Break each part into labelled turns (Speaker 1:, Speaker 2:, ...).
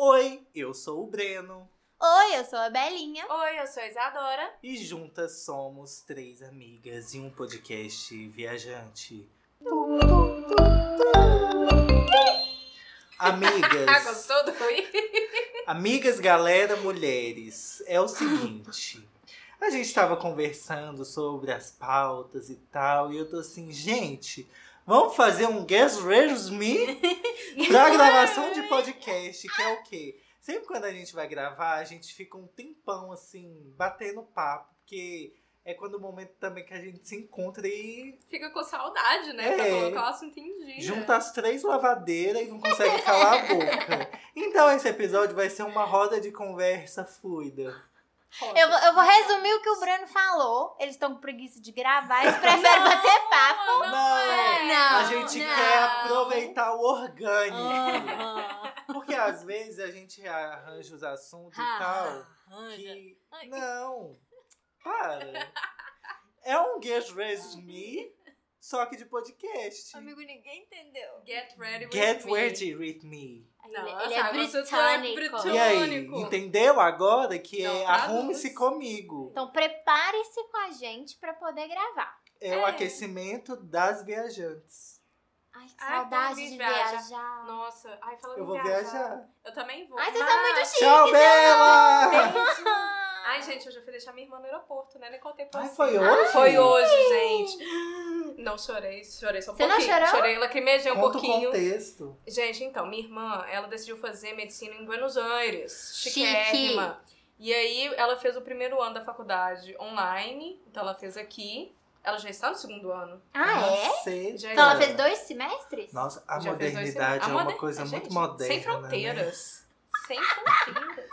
Speaker 1: Oi, eu sou o Breno
Speaker 2: Oi, eu sou a Belinha.
Speaker 3: Oi, eu sou a Isadora.
Speaker 1: e juntas somos três amigas e um podcast viajante.
Speaker 3: Ah,
Speaker 1: Amigas,
Speaker 3: gostou do ruído?
Speaker 1: amigas, galera, mulheres, é o seguinte. A gente tava conversando sobre as pautas e tal, e eu tô assim, gente, vamos fazer um Guess Where's Me pra gravação de podcast, que é o quê? Sempre quando a gente vai gravar, a gente fica um tempão assim, batendo papo, porque é quando o momento também que a gente se encontra e
Speaker 3: Fica com saudade, né? Pra
Speaker 1: É.
Speaker 3: colocar o assunto em dia.
Speaker 1: junta as três lavadeiras e não consegue calar a boca. Então esse episódio vai ser uma roda de conversa fluida.
Speaker 3: Roda.
Speaker 2: Eu, vou- eu vou resumir o que o Breno falou. Eles estão com preguiça de gravar, eles preferem bater papo.
Speaker 3: Não,
Speaker 1: Não,
Speaker 3: é.
Speaker 2: não.
Speaker 1: a gente quer aproveitar o orgânico.
Speaker 4: Ah,
Speaker 1: Porque às vezes a gente arranja os assuntos e tal. que-
Speaker 4: Ai.
Speaker 1: Não! Para! É um Get Raise Me, só que de podcast.
Speaker 2: Amigo, ninguém entendeu.
Speaker 3: Get ready with
Speaker 1: Get
Speaker 3: me.
Speaker 1: Ready With Me.
Speaker 3: Nossa,
Speaker 2: Ele é
Speaker 3: agora você tá
Speaker 2: britânico.
Speaker 1: E aí,
Speaker 3: britânico.
Speaker 1: entendeu agora que
Speaker 3: Não,
Speaker 1: é
Speaker 3: traduz.
Speaker 1: arrume-se comigo?
Speaker 2: Então prepare-se com a gente pra poder gravar.
Speaker 1: É o
Speaker 3: É.
Speaker 1: aquecimento das viajantes.
Speaker 2: Ai, que
Speaker 3: Ai,
Speaker 2: saudade
Speaker 3: como
Speaker 2: de
Speaker 3: viaja.
Speaker 2: viajar.
Speaker 3: Nossa, ai, falando
Speaker 1: Eu
Speaker 3: em
Speaker 1: vou viajar.
Speaker 3: Eu também vou.
Speaker 2: Ai, vocês são muito chiques. né?
Speaker 1: Tchau, Bela!
Speaker 3: Ai, gente, hoje eu fui deixar minha irmã no aeroporto, né? Nem contei pra
Speaker 1: Ai,
Speaker 3: vocês.
Speaker 1: foi hoje?
Speaker 3: Foi hoje, gente. Não chorei, chorei só um
Speaker 2: Você não
Speaker 3: pouquinho.
Speaker 2: chorou?
Speaker 3: Chorei, lacrimejei um
Speaker 1: Conta o
Speaker 3: pouquinho.
Speaker 1: contexto.
Speaker 3: Gente, então, minha irmã, ela decidiu fazer medicina em Buenos Aires.
Speaker 2: Chique.
Speaker 3: Chiquérrima. E aí, ela fez o primeiro ano da faculdade online. Então, ela fez aqui. Ela já está no segundo ano.
Speaker 2: Ah, é?
Speaker 1: Cacete.
Speaker 3: Já
Speaker 2: Então ela
Speaker 3: é.
Speaker 2: fez dois semestres?
Speaker 1: Nossa, a
Speaker 3: Já fez dois
Speaker 1: modernidade
Speaker 3: sem-
Speaker 1: é
Speaker 3: a
Speaker 1: uma
Speaker 3: moder-
Speaker 1: coisa
Speaker 3: Gente,
Speaker 1: muito moderna.
Speaker 3: Sem
Speaker 1: Né?
Speaker 3: fronteiras. Sem fronteiras.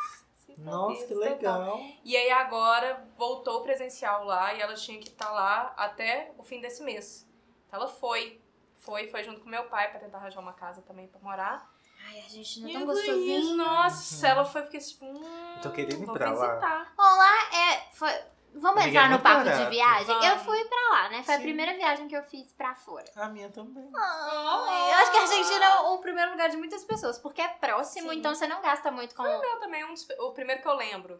Speaker 3: Sem
Speaker 1: Nossa, que
Speaker 3: fronteiras, total.
Speaker 1: legal.
Speaker 3: E aí agora voltou o presencial lá e ela tinha que estar lá até o fim desse mês. Então ela foi. Foi, foi junto com meu pai pra tentar arranjar uma casa também pra morar.
Speaker 2: Ai, a gente não é
Speaker 3: E
Speaker 2: tão
Speaker 3: foi isso.
Speaker 2: gostosinho.
Speaker 3: Nossa, ela foi, fiquei tipo, hum,
Speaker 1: Uhum. Eu tô querendo ir
Speaker 3: vou
Speaker 1: pra lá.
Speaker 3: visitar.
Speaker 2: Olá, é. Foi... Vamos
Speaker 1: Amiga, é
Speaker 2: entrar no
Speaker 1: muito
Speaker 2: papo
Speaker 1: barato.
Speaker 2: de viagem? Eu
Speaker 3: Vamos.
Speaker 2: fui pra lá, né? Foi a
Speaker 1: Sim.
Speaker 2: primeira viagem que eu fiz pra fora.
Speaker 1: A minha também.
Speaker 3: Ah.
Speaker 2: Eu acho que a Argentina é o primeiro lugar de muitas pessoas, porque é próximo,
Speaker 3: Sim.
Speaker 2: então você não gasta muito com. É
Speaker 3: Eu também, um dos- o primeiro que eu lembro.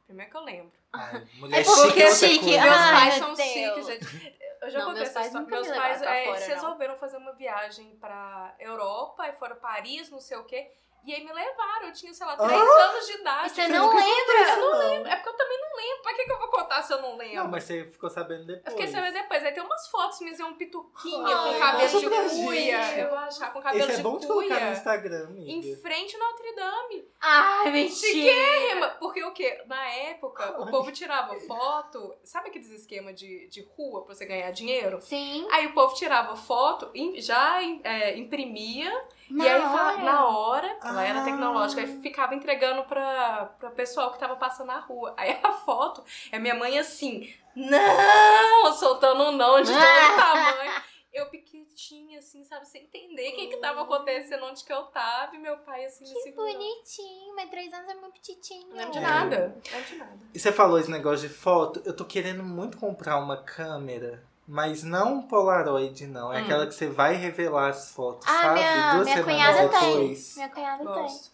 Speaker 3: O primeiro que eu lembro.
Speaker 1: Ai, mulher
Speaker 2: porque assim, ah,
Speaker 1: chique, é outra coisa.
Speaker 2: chique.
Speaker 3: Meus
Speaker 2: Ai,
Speaker 3: pais
Speaker 2: meu
Speaker 3: são
Speaker 2: Deus.
Speaker 3: chiques, gente. Eu já
Speaker 4: Não,
Speaker 3: contei
Speaker 4: meus
Speaker 3: essa
Speaker 4: pais
Speaker 3: história.
Speaker 4: nunca
Speaker 3: Meus
Speaker 4: me levaram
Speaker 3: pais
Speaker 4: pra
Speaker 3: é,
Speaker 4: fora,
Speaker 3: eles
Speaker 4: não.
Speaker 3: resolveram fazer uma viagem pra Europa e foram a Paris, não sei o quê. E aí me levaram. Eu tinha, sei
Speaker 1: Ah!
Speaker 3: lá, três anos de idade.
Speaker 2: Você não lembra?
Speaker 3: Eu não lembro. É porque eu também não lembro. Pra que, que eu vou contar se eu não lembro?
Speaker 1: Não, mas você ficou sabendo depois.
Speaker 3: Eu fiquei sabendo depois. Aí tem umas fotos, mas é um pituquinha
Speaker 2: Ai,
Speaker 3: com
Speaker 1: mostra
Speaker 3: cabelo de
Speaker 1: pra
Speaker 3: cuia.
Speaker 1: gente.
Speaker 3: Eu vou achar com cabelo
Speaker 1: Esse
Speaker 3: de
Speaker 1: é bom de colocar no
Speaker 3: cuia.
Speaker 1: Instagram,
Speaker 3: Em
Speaker 1: amiga.
Speaker 3: frente ao Notre Dame.
Speaker 2: Ai, mentira!
Speaker 3: Esquema, porque o quê? Na época, o povo tirava foto. Sabe aqueles esquemas de, de rua pra você ganhar dinheiro?
Speaker 2: Sim.
Speaker 3: Aí o povo tirava foto, im- já é, imprimia, e aí fa- na hora, porque ela era
Speaker 1: Ah.
Speaker 3: tecnológica, aí ficava entregando pra, pra pessoal que tava passando na rua. Aí a foto é minha mãe assim, não! Soltando um não de todo tamanho. Eu piquetinha, assim, sabe, sem entender o que que tava acontecendo, onde que eu tava, e meu pai assim me
Speaker 2: Que
Speaker 3: segurando.
Speaker 2: bonitinho, mas três anos é muito petitinho.
Speaker 3: Não lembro de
Speaker 1: É.
Speaker 3: nada. Não lembro de nada.
Speaker 1: E você falou esse negócio de foto. Eu tô querendo muito comprar uma câmera, mas não um Polaroid, não. É
Speaker 3: Hum.
Speaker 1: aquela que você vai revelar as fotos,
Speaker 2: Ah,
Speaker 1: sabe?
Speaker 2: minha-
Speaker 1: Duas
Speaker 2: minha
Speaker 1: semanas
Speaker 2: cunhada tem.
Speaker 1: depois.
Speaker 2: Minha cunhada tem.
Speaker 3: Gosto.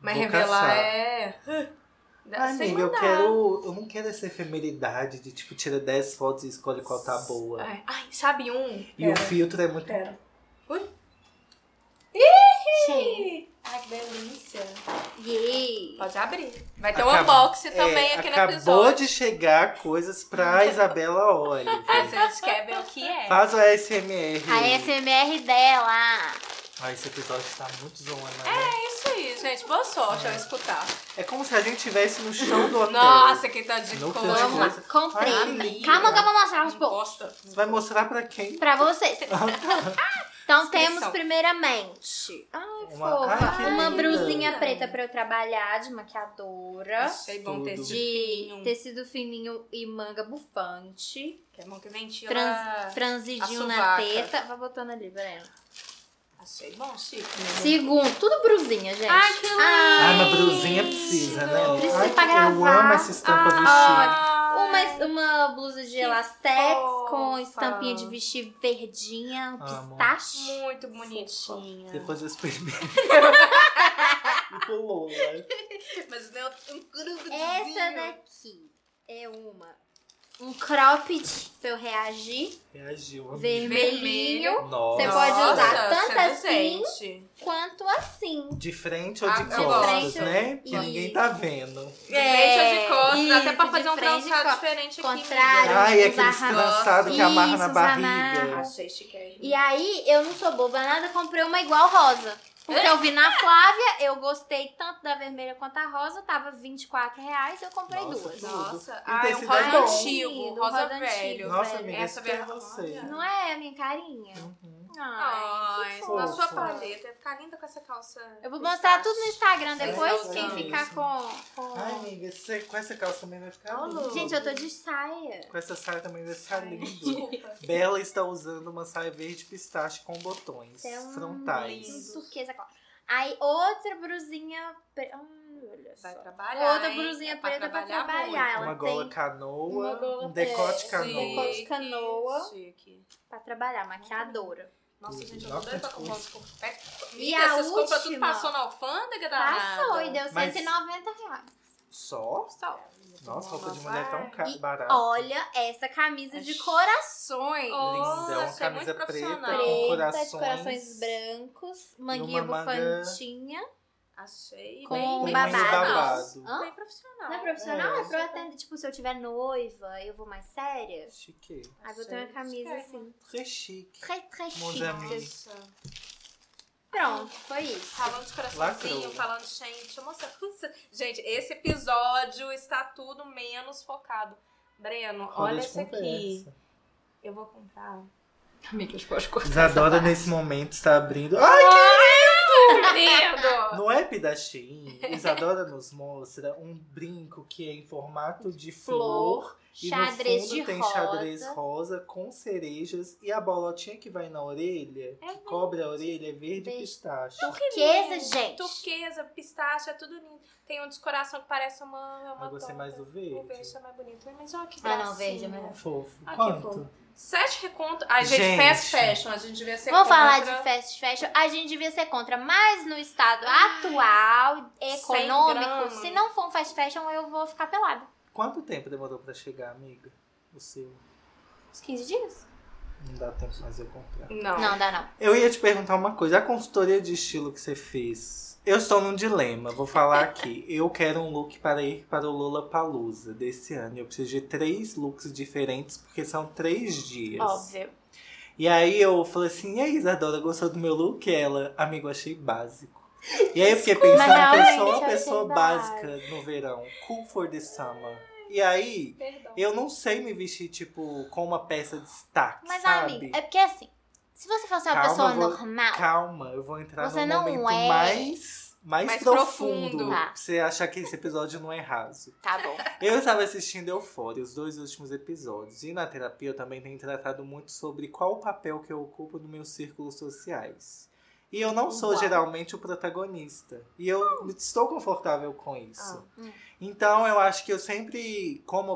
Speaker 3: Mas
Speaker 1: Vou
Speaker 3: revelar
Speaker 1: caçar.
Speaker 3: é.
Speaker 1: Ai,
Speaker 3: Sem
Speaker 1: amiga, eu
Speaker 3: mandar.
Speaker 1: quero. Eu não quero essa efemeridade de tipo, tira 10 fotos e escolhe qual tá boa.
Speaker 3: Ai, ai, sabe um?
Speaker 1: E o filtro é muito.
Speaker 3: Pera.
Speaker 2: Sim.
Speaker 3: Ai, que delícia.
Speaker 2: Yay!
Speaker 3: Pode abrir. Vai ter um
Speaker 1: Acaba-
Speaker 3: unboxing
Speaker 1: É,
Speaker 3: também aqui no
Speaker 1: acabou
Speaker 3: episódio.
Speaker 1: de chegar coisas pra Isabela Olive.
Speaker 3: Aí vocês querem ver o que é.
Speaker 1: Faz o ASMR.
Speaker 2: A SMR dela!
Speaker 1: Ah, esse episódio tá muito zona, né?
Speaker 3: É isso aí, gente. Boa sorte ao escutar.
Speaker 1: É como se a gente estivesse no chão do hotel.
Speaker 3: Nossa, quem tá de
Speaker 1: Não
Speaker 3: cor.
Speaker 1: tem Duas
Speaker 2: Vamos lá,
Speaker 1: coisas.
Speaker 2: comprei.
Speaker 1: Ai, amiga.
Speaker 2: Calma que eu vou mostrar os
Speaker 3: Não
Speaker 2: poucos
Speaker 3: gosta.
Speaker 1: Você vai mostrar pra quem?
Speaker 2: pra vocês. Então temos
Speaker 3: Inscrição.
Speaker 2: primeiramente. Ai,
Speaker 1: Uma- Ai,
Speaker 2: fofa.
Speaker 1: que
Speaker 2: uma
Speaker 1: linda.
Speaker 2: brusinha preta pra eu trabalhar de maquiadora.
Speaker 3: Achei bom ter
Speaker 1: Tudo.
Speaker 3: esse
Speaker 2: é de
Speaker 3: fininho.
Speaker 2: tecido fininho e manga bufante.
Speaker 3: Que é bom que ventila.
Speaker 2: Trans,
Speaker 3: a
Speaker 2: franzidinho na
Speaker 3: sovaca.
Speaker 2: teta. Vai botando ali, Breno.
Speaker 3: Achei bom, chique.
Speaker 2: Segundo, tudo brusinha, gente.
Speaker 3: Ai, que lindo.
Speaker 1: Ah, uma brusinha precisa, né? amiga?
Speaker 2: Precisa
Speaker 1: Ai,
Speaker 2: pra
Speaker 1: que Eu
Speaker 2: gravar.
Speaker 1: amo essa estampa do
Speaker 2: Ah,
Speaker 1: Chico.
Speaker 2: Uma, uma blusa de elastex
Speaker 3: fofa.
Speaker 2: com estampinha de vestir verdinha, um
Speaker 1: Amo.
Speaker 2: pistache.
Speaker 3: Muito bonitinha.
Speaker 1: Depois eu experimento. E pulou, né?
Speaker 3: Mas não é um grupo
Speaker 2: Essa né? daqui é uma. Um cropped pra eu reagir.
Speaker 1: Reagiu. amiga.
Speaker 2: Vermelhinho.
Speaker 1: Nossa.
Speaker 2: Você pode usar tanto
Speaker 3: é assim.
Speaker 2: Quanto assim.
Speaker 1: De frente ou de
Speaker 3: Ah, eu
Speaker 1: costas,
Speaker 2: gosto.
Speaker 1: né? Porque
Speaker 2: E-
Speaker 1: ninguém tá vendo.
Speaker 3: De frente ou de costas,
Speaker 2: É, isso,
Speaker 3: dá até pra
Speaker 2: de
Speaker 3: fazer um
Speaker 2: frente,
Speaker 3: calçado
Speaker 2: co-
Speaker 3: diferente
Speaker 2: contrário.
Speaker 3: aqui.
Speaker 1: Ai, é.
Speaker 2: uns
Speaker 1: aqueles
Speaker 2: arra-
Speaker 1: trançados que amarra na
Speaker 2: Isso, os
Speaker 3: amiga.
Speaker 1: barriga.
Speaker 2: amarra.
Speaker 3: Achei chique.
Speaker 2: E aí, eu não sou boba nada, comprei uma igual rosa. Porque eu vi na Flávia, eu gostei tanto da vermelha quanto a rosa, tava R$ 24 reais, eu comprei
Speaker 1: Nossa,
Speaker 2: duas.
Speaker 1: tudo.
Speaker 3: Nossa,
Speaker 1: E
Speaker 3: ah, é um
Speaker 1: tecido
Speaker 3: rosa
Speaker 1: bom.
Speaker 3: antigo,
Speaker 2: Lindo, um
Speaker 3: rosa
Speaker 2: rosa
Speaker 3: velho.
Speaker 2: antigo.
Speaker 1: Nossa,
Speaker 2: velho.
Speaker 1: amiga,
Speaker 3: Essa
Speaker 1: essa é
Speaker 3: vergonha.
Speaker 1: você.
Speaker 2: Não é a minha carinha?
Speaker 1: Uhum.
Speaker 2: Ai,
Speaker 3: Ai,
Speaker 2: que
Speaker 1: fofo.
Speaker 3: na sua
Speaker 1: fofa.
Speaker 3: paleta. Ficar linda com essa calça.
Speaker 2: Eu vou mostrar
Speaker 3: pistache.
Speaker 2: tudo no Instagram depois,
Speaker 3: Essa
Speaker 2: quem
Speaker 3: calça.
Speaker 2: ficar com... com-
Speaker 1: Ai, amiga, você- com essa calça também vai ficar
Speaker 3: Alô.
Speaker 1: lindo.
Speaker 2: Gente, eu tô de saia.
Speaker 1: Com essa saia também vai ficar lindo.
Speaker 3: Desculpa.
Speaker 1: Bela está usando uma saia verde pistache com botões
Speaker 2: É um
Speaker 1: frontais.
Speaker 3: lindo.
Speaker 2: Turquesa claro. Aí, outra brusinha... pre- Hum, olha
Speaker 3: Vai
Speaker 2: só.
Speaker 3: trabalhar.
Speaker 2: Outra
Speaker 3: hein? É
Speaker 2: blusinha
Speaker 3: Dá
Speaker 2: preta pra trabalhar.
Speaker 3: muito.
Speaker 2: Ela
Speaker 1: uma gola
Speaker 2: tem
Speaker 1: canoa,
Speaker 2: uma gola-
Speaker 1: um decote
Speaker 2: é,
Speaker 1: canoa.
Speaker 2: sim. Decote.
Speaker 3: Chique,
Speaker 2: canoa.
Speaker 3: chique.
Speaker 2: Pra trabalhar, maquiadora.
Speaker 3: Nossa, gente, eu tô
Speaker 1: Nossa,
Speaker 3: doida pra
Speaker 1: que
Speaker 3: comprar uns
Speaker 1: coisa.
Speaker 3: corpos. Pega-
Speaker 2: E
Speaker 3: Amiga,
Speaker 2: a
Speaker 3: essas compras tudo
Speaker 2: última? Tá
Speaker 3: passou na alfândega da
Speaker 2: Passou e deu
Speaker 1: Mas-
Speaker 2: 190 reais.
Speaker 1: Só?
Speaker 2: Só.
Speaker 1: Nossa, roupa de mulher é tão cara,
Speaker 2: E
Speaker 1: barata.
Speaker 2: Olha essa camisa de
Speaker 3: Achei.
Speaker 2: corações.
Speaker 1: Lindão,
Speaker 3: É Nossa, é
Speaker 1: camisa
Speaker 3: muito
Speaker 1: preta.
Speaker 3: profissional.
Speaker 1: Com
Speaker 2: Preta,
Speaker 1: corações.
Speaker 2: de corações brancos, manguinha
Speaker 1: uma manga
Speaker 2: bufantinha,
Speaker 3: Achei
Speaker 2: com
Speaker 1: bem
Speaker 2: babado.
Speaker 1: babado.
Speaker 2: Hã?
Speaker 3: Bem profissional.
Speaker 2: Não é profissional?
Speaker 1: É.
Speaker 2: É, pra eu atender, tipo, se eu tiver noiva, eu vou mais séria.
Speaker 1: Chique.
Speaker 2: Aí eu tenho uma
Speaker 3: Gente,
Speaker 2: camisa
Speaker 3: é.
Speaker 2: assim,
Speaker 1: Très chique.
Speaker 2: très, très
Speaker 1: Bons
Speaker 2: chique.
Speaker 1: amigos.
Speaker 3: Nossa.
Speaker 2: Pronto, foi isso.
Speaker 3: Falando de coraçãozinho,
Speaker 1: Lacrou.
Speaker 3: falando de gente. Nossa, nossa. gente, esse episódio está tudo menos focado. Breno,
Speaker 1: Roda
Speaker 3: olha
Speaker 1: de
Speaker 3: isso aqui.
Speaker 1: conversa.
Speaker 3: Eu vou comprar. Amiga, a gente pode cortar.
Speaker 1: Isadora, nesse momento, está abrindo. Ai,
Speaker 3: Lindo!
Speaker 1: no app da Shein, Isadora nos mostra um brinco que é em formato de flor.
Speaker 2: Flor,
Speaker 1: E
Speaker 2: xadrez
Speaker 1: no fundo
Speaker 2: de
Speaker 1: tem
Speaker 2: rosa.
Speaker 1: xadrez rosa com cerejas e a bolotinha que vai na orelha, que cobre a orelha, é verde
Speaker 2: Verde.
Speaker 1: pistache.
Speaker 2: Turquesa, gente.
Speaker 3: Turquesa, pistache, é tudo lindo. Tem um descoração que parece uma. é uma
Speaker 1: Eu gostei Ah,
Speaker 3: torta.
Speaker 1: mais do verde.
Speaker 3: O verde é mais bonito. Mas olha que
Speaker 2: Ah,
Speaker 3: gracinha.
Speaker 2: não, verde é melhor.
Speaker 1: Fofo.
Speaker 3: Ah, que
Speaker 1: Quanto?
Speaker 3: fofo. Sete reconto. Ai, gente,
Speaker 1: Gente.
Speaker 3: fast fashion. A gente devia ser
Speaker 2: Vamos falar
Speaker 3: contra
Speaker 2: de fast fashion. A gente devia ser contra, mas no estado atual, econômico,
Speaker 3: gramas.
Speaker 2: se não for um fast fashion, eu vou ficar pelada.
Speaker 1: Quanto tempo demorou pra chegar, amiga? O seu.
Speaker 2: Uns 15 dias?
Speaker 1: Não dá tempo mais eu comprar.
Speaker 3: Não.
Speaker 2: Não, dá não.
Speaker 1: Eu ia te perguntar uma coisa. A consultoria de estilo que você fez. Eu estou num dilema, vou falar aqui. Eu quero um look para ir para o Lola Palusa desse ano. Eu preciso de três looks diferentes, porque são três dias.
Speaker 2: Óbvio.
Speaker 1: E aí eu falei assim, e aí, Isadora, gostou do meu look? E ela, amigo, achei básico. E aí eu fiquei
Speaker 2: Mas não,
Speaker 1: pensando que eu
Speaker 2: gente,
Speaker 1: sou
Speaker 2: eu
Speaker 1: uma
Speaker 2: achei
Speaker 1: pessoa
Speaker 2: básico.
Speaker 1: básica no verão. Cool for the summer. E aí,
Speaker 3: Perdão.
Speaker 1: eu não sei me vestir, tipo, com uma peça de destaque,
Speaker 2: Mas,
Speaker 1: sabe?
Speaker 2: amiga, é porque assim, se você fosse uma
Speaker 1: Calma,
Speaker 2: pessoa
Speaker 1: vou-
Speaker 2: normal,
Speaker 1: Calma, eu vou entrar
Speaker 2: Você
Speaker 1: num
Speaker 2: não
Speaker 1: momento
Speaker 2: é-
Speaker 1: mais, mais,
Speaker 3: Mais
Speaker 1: profundo.
Speaker 3: profundo.
Speaker 2: Tá.
Speaker 1: Pra você achar que esse episódio não é raso.
Speaker 2: tá bom.
Speaker 1: Eu estava assistindo Euphoria, os dois últimos episódios, e na terapia eu também tenho tratado muito sobre qual o papel que eu ocupo nos meus círculos sociais. E eu não sou
Speaker 3: Uau.
Speaker 1: geralmente o protagonista. E eu estou confortável com
Speaker 3: Ah.
Speaker 1: isso.
Speaker 2: Hum.
Speaker 1: Então eu acho que eu sempre, como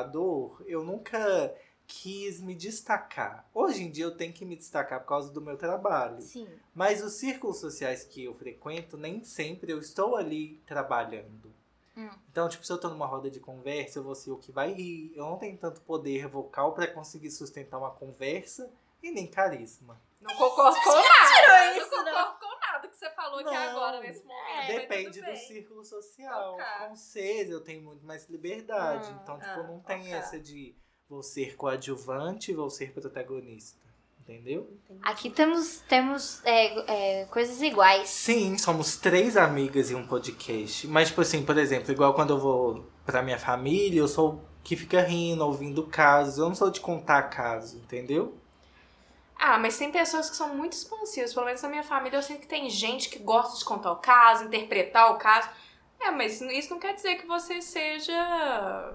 Speaker 1: observador, eu nunca quis me destacar. Hoje em dia eu tenho que me destacar por causa do meu trabalho.
Speaker 2: Sim.
Speaker 1: Mas os círculos sociais que eu frequento, nem sempre eu estou ali trabalhando.
Speaker 2: Hum.
Speaker 1: Então, tipo, se eu tô numa roda de conversa, eu vou ser o que vai rir. Eu não tenho tanto poder vocal pra conseguir sustentar uma conversa e nem carisma.
Speaker 3: Não concordo com nada.
Speaker 2: isso,
Speaker 3: não
Speaker 2: não.
Speaker 3: concordo com nada que você falou aqui
Speaker 1: Não.
Speaker 3: agora, nesse momento. É, mas
Speaker 1: Depende
Speaker 3: tudo
Speaker 1: do
Speaker 3: bem.
Speaker 1: círculo social.
Speaker 3: Ok.
Speaker 1: Com vocês eu tenho muito mais liberdade.
Speaker 2: Hum,
Speaker 1: então, tipo,
Speaker 3: ah,
Speaker 1: não tem
Speaker 3: ok.
Speaker 1: essa de vou ser coadjuvante, vou ser protagonista. Entendeu?
Speaker 2: Aqui temos, temos é, é, coisas iguais.
Speaker 1: Sim, somos três amigas e um podcast. Mas, tipo assim, por exemplo, igual quando eu vou pra minha família, eu sou o que fica rindo, ouvindo casos. Eu não sou de contar casos, entendeu?
Speaker 3: Ah, mas tem pessoas que são muito expansivas. Pelo menos na minha família eu sinto que tem gente que gosta de contar o caso, interpretar o caso. É, mas isso não quer dizer que você seja.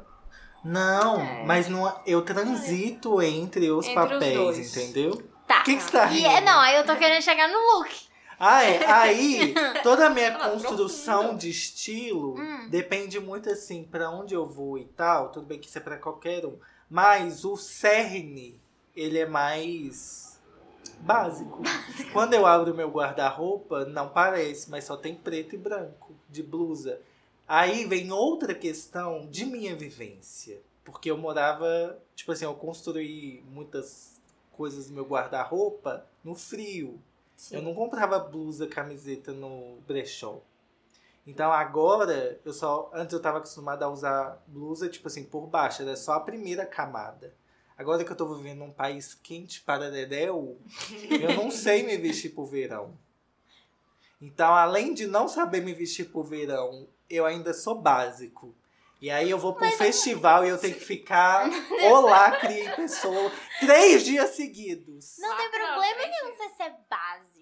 Speaker 1: Não,
Speaker 3: É.
Speaker 1: mas não, eu transito entre os
Speaker 3: Entre os
Speaker 1: papéis,
Speaker 3: dois.
Speaker 1: entendeu?
Speaker 2: Tá.
Speaker 1: O que, que você tá
Speaker 2: E
Speaker 1: rindo?
Speaker 2: é, não, aí eu tô querendo chegar no look.
Speaker 1: Ah, é. Aí, toda a minha
Speaker 3: Ela é
Speaker 1: construção
Speaker 3: profunda.
Speaker 1: de estilo
Speaker 2: Hum.
Speaker 1: depende muito, assim, pra onde eu vou e tal. Tudo bem que isso é pra qualquer um. Mas o cerne, ele é mais Básico. Quando eu abro meu guarda-roupa, não parece, mas só tem preto e branco de blusa. Aí vem outra questão de minha vivência. Porque eu morava, tipo assim, eu construí muitas coisas no meu guarda-roupa no frio.
Speaker 3: um
Speaker 1: Eu não comprava blusa, camiseta no brechó. Então agora, eu só. Antes eu tava acostumada a usar blusa, tipo assim, por baixo, era só a primeira camada. Agora que eu tô vivendo num país quente para dedéu, eu não sei me vestir pro verão. Então, além de não saber me vestir pro verão, eu ainda sou básico. E aí eu vou pra um festival e eu tenho que ficar. Olá, criei pessoa. Três dias seguidos.
Speaker 2: Não tem
Speaker 3: Ah, não,
Speaker 2: problema
Speaker 3: gente.
Speaker 2: nenhum você ser básico.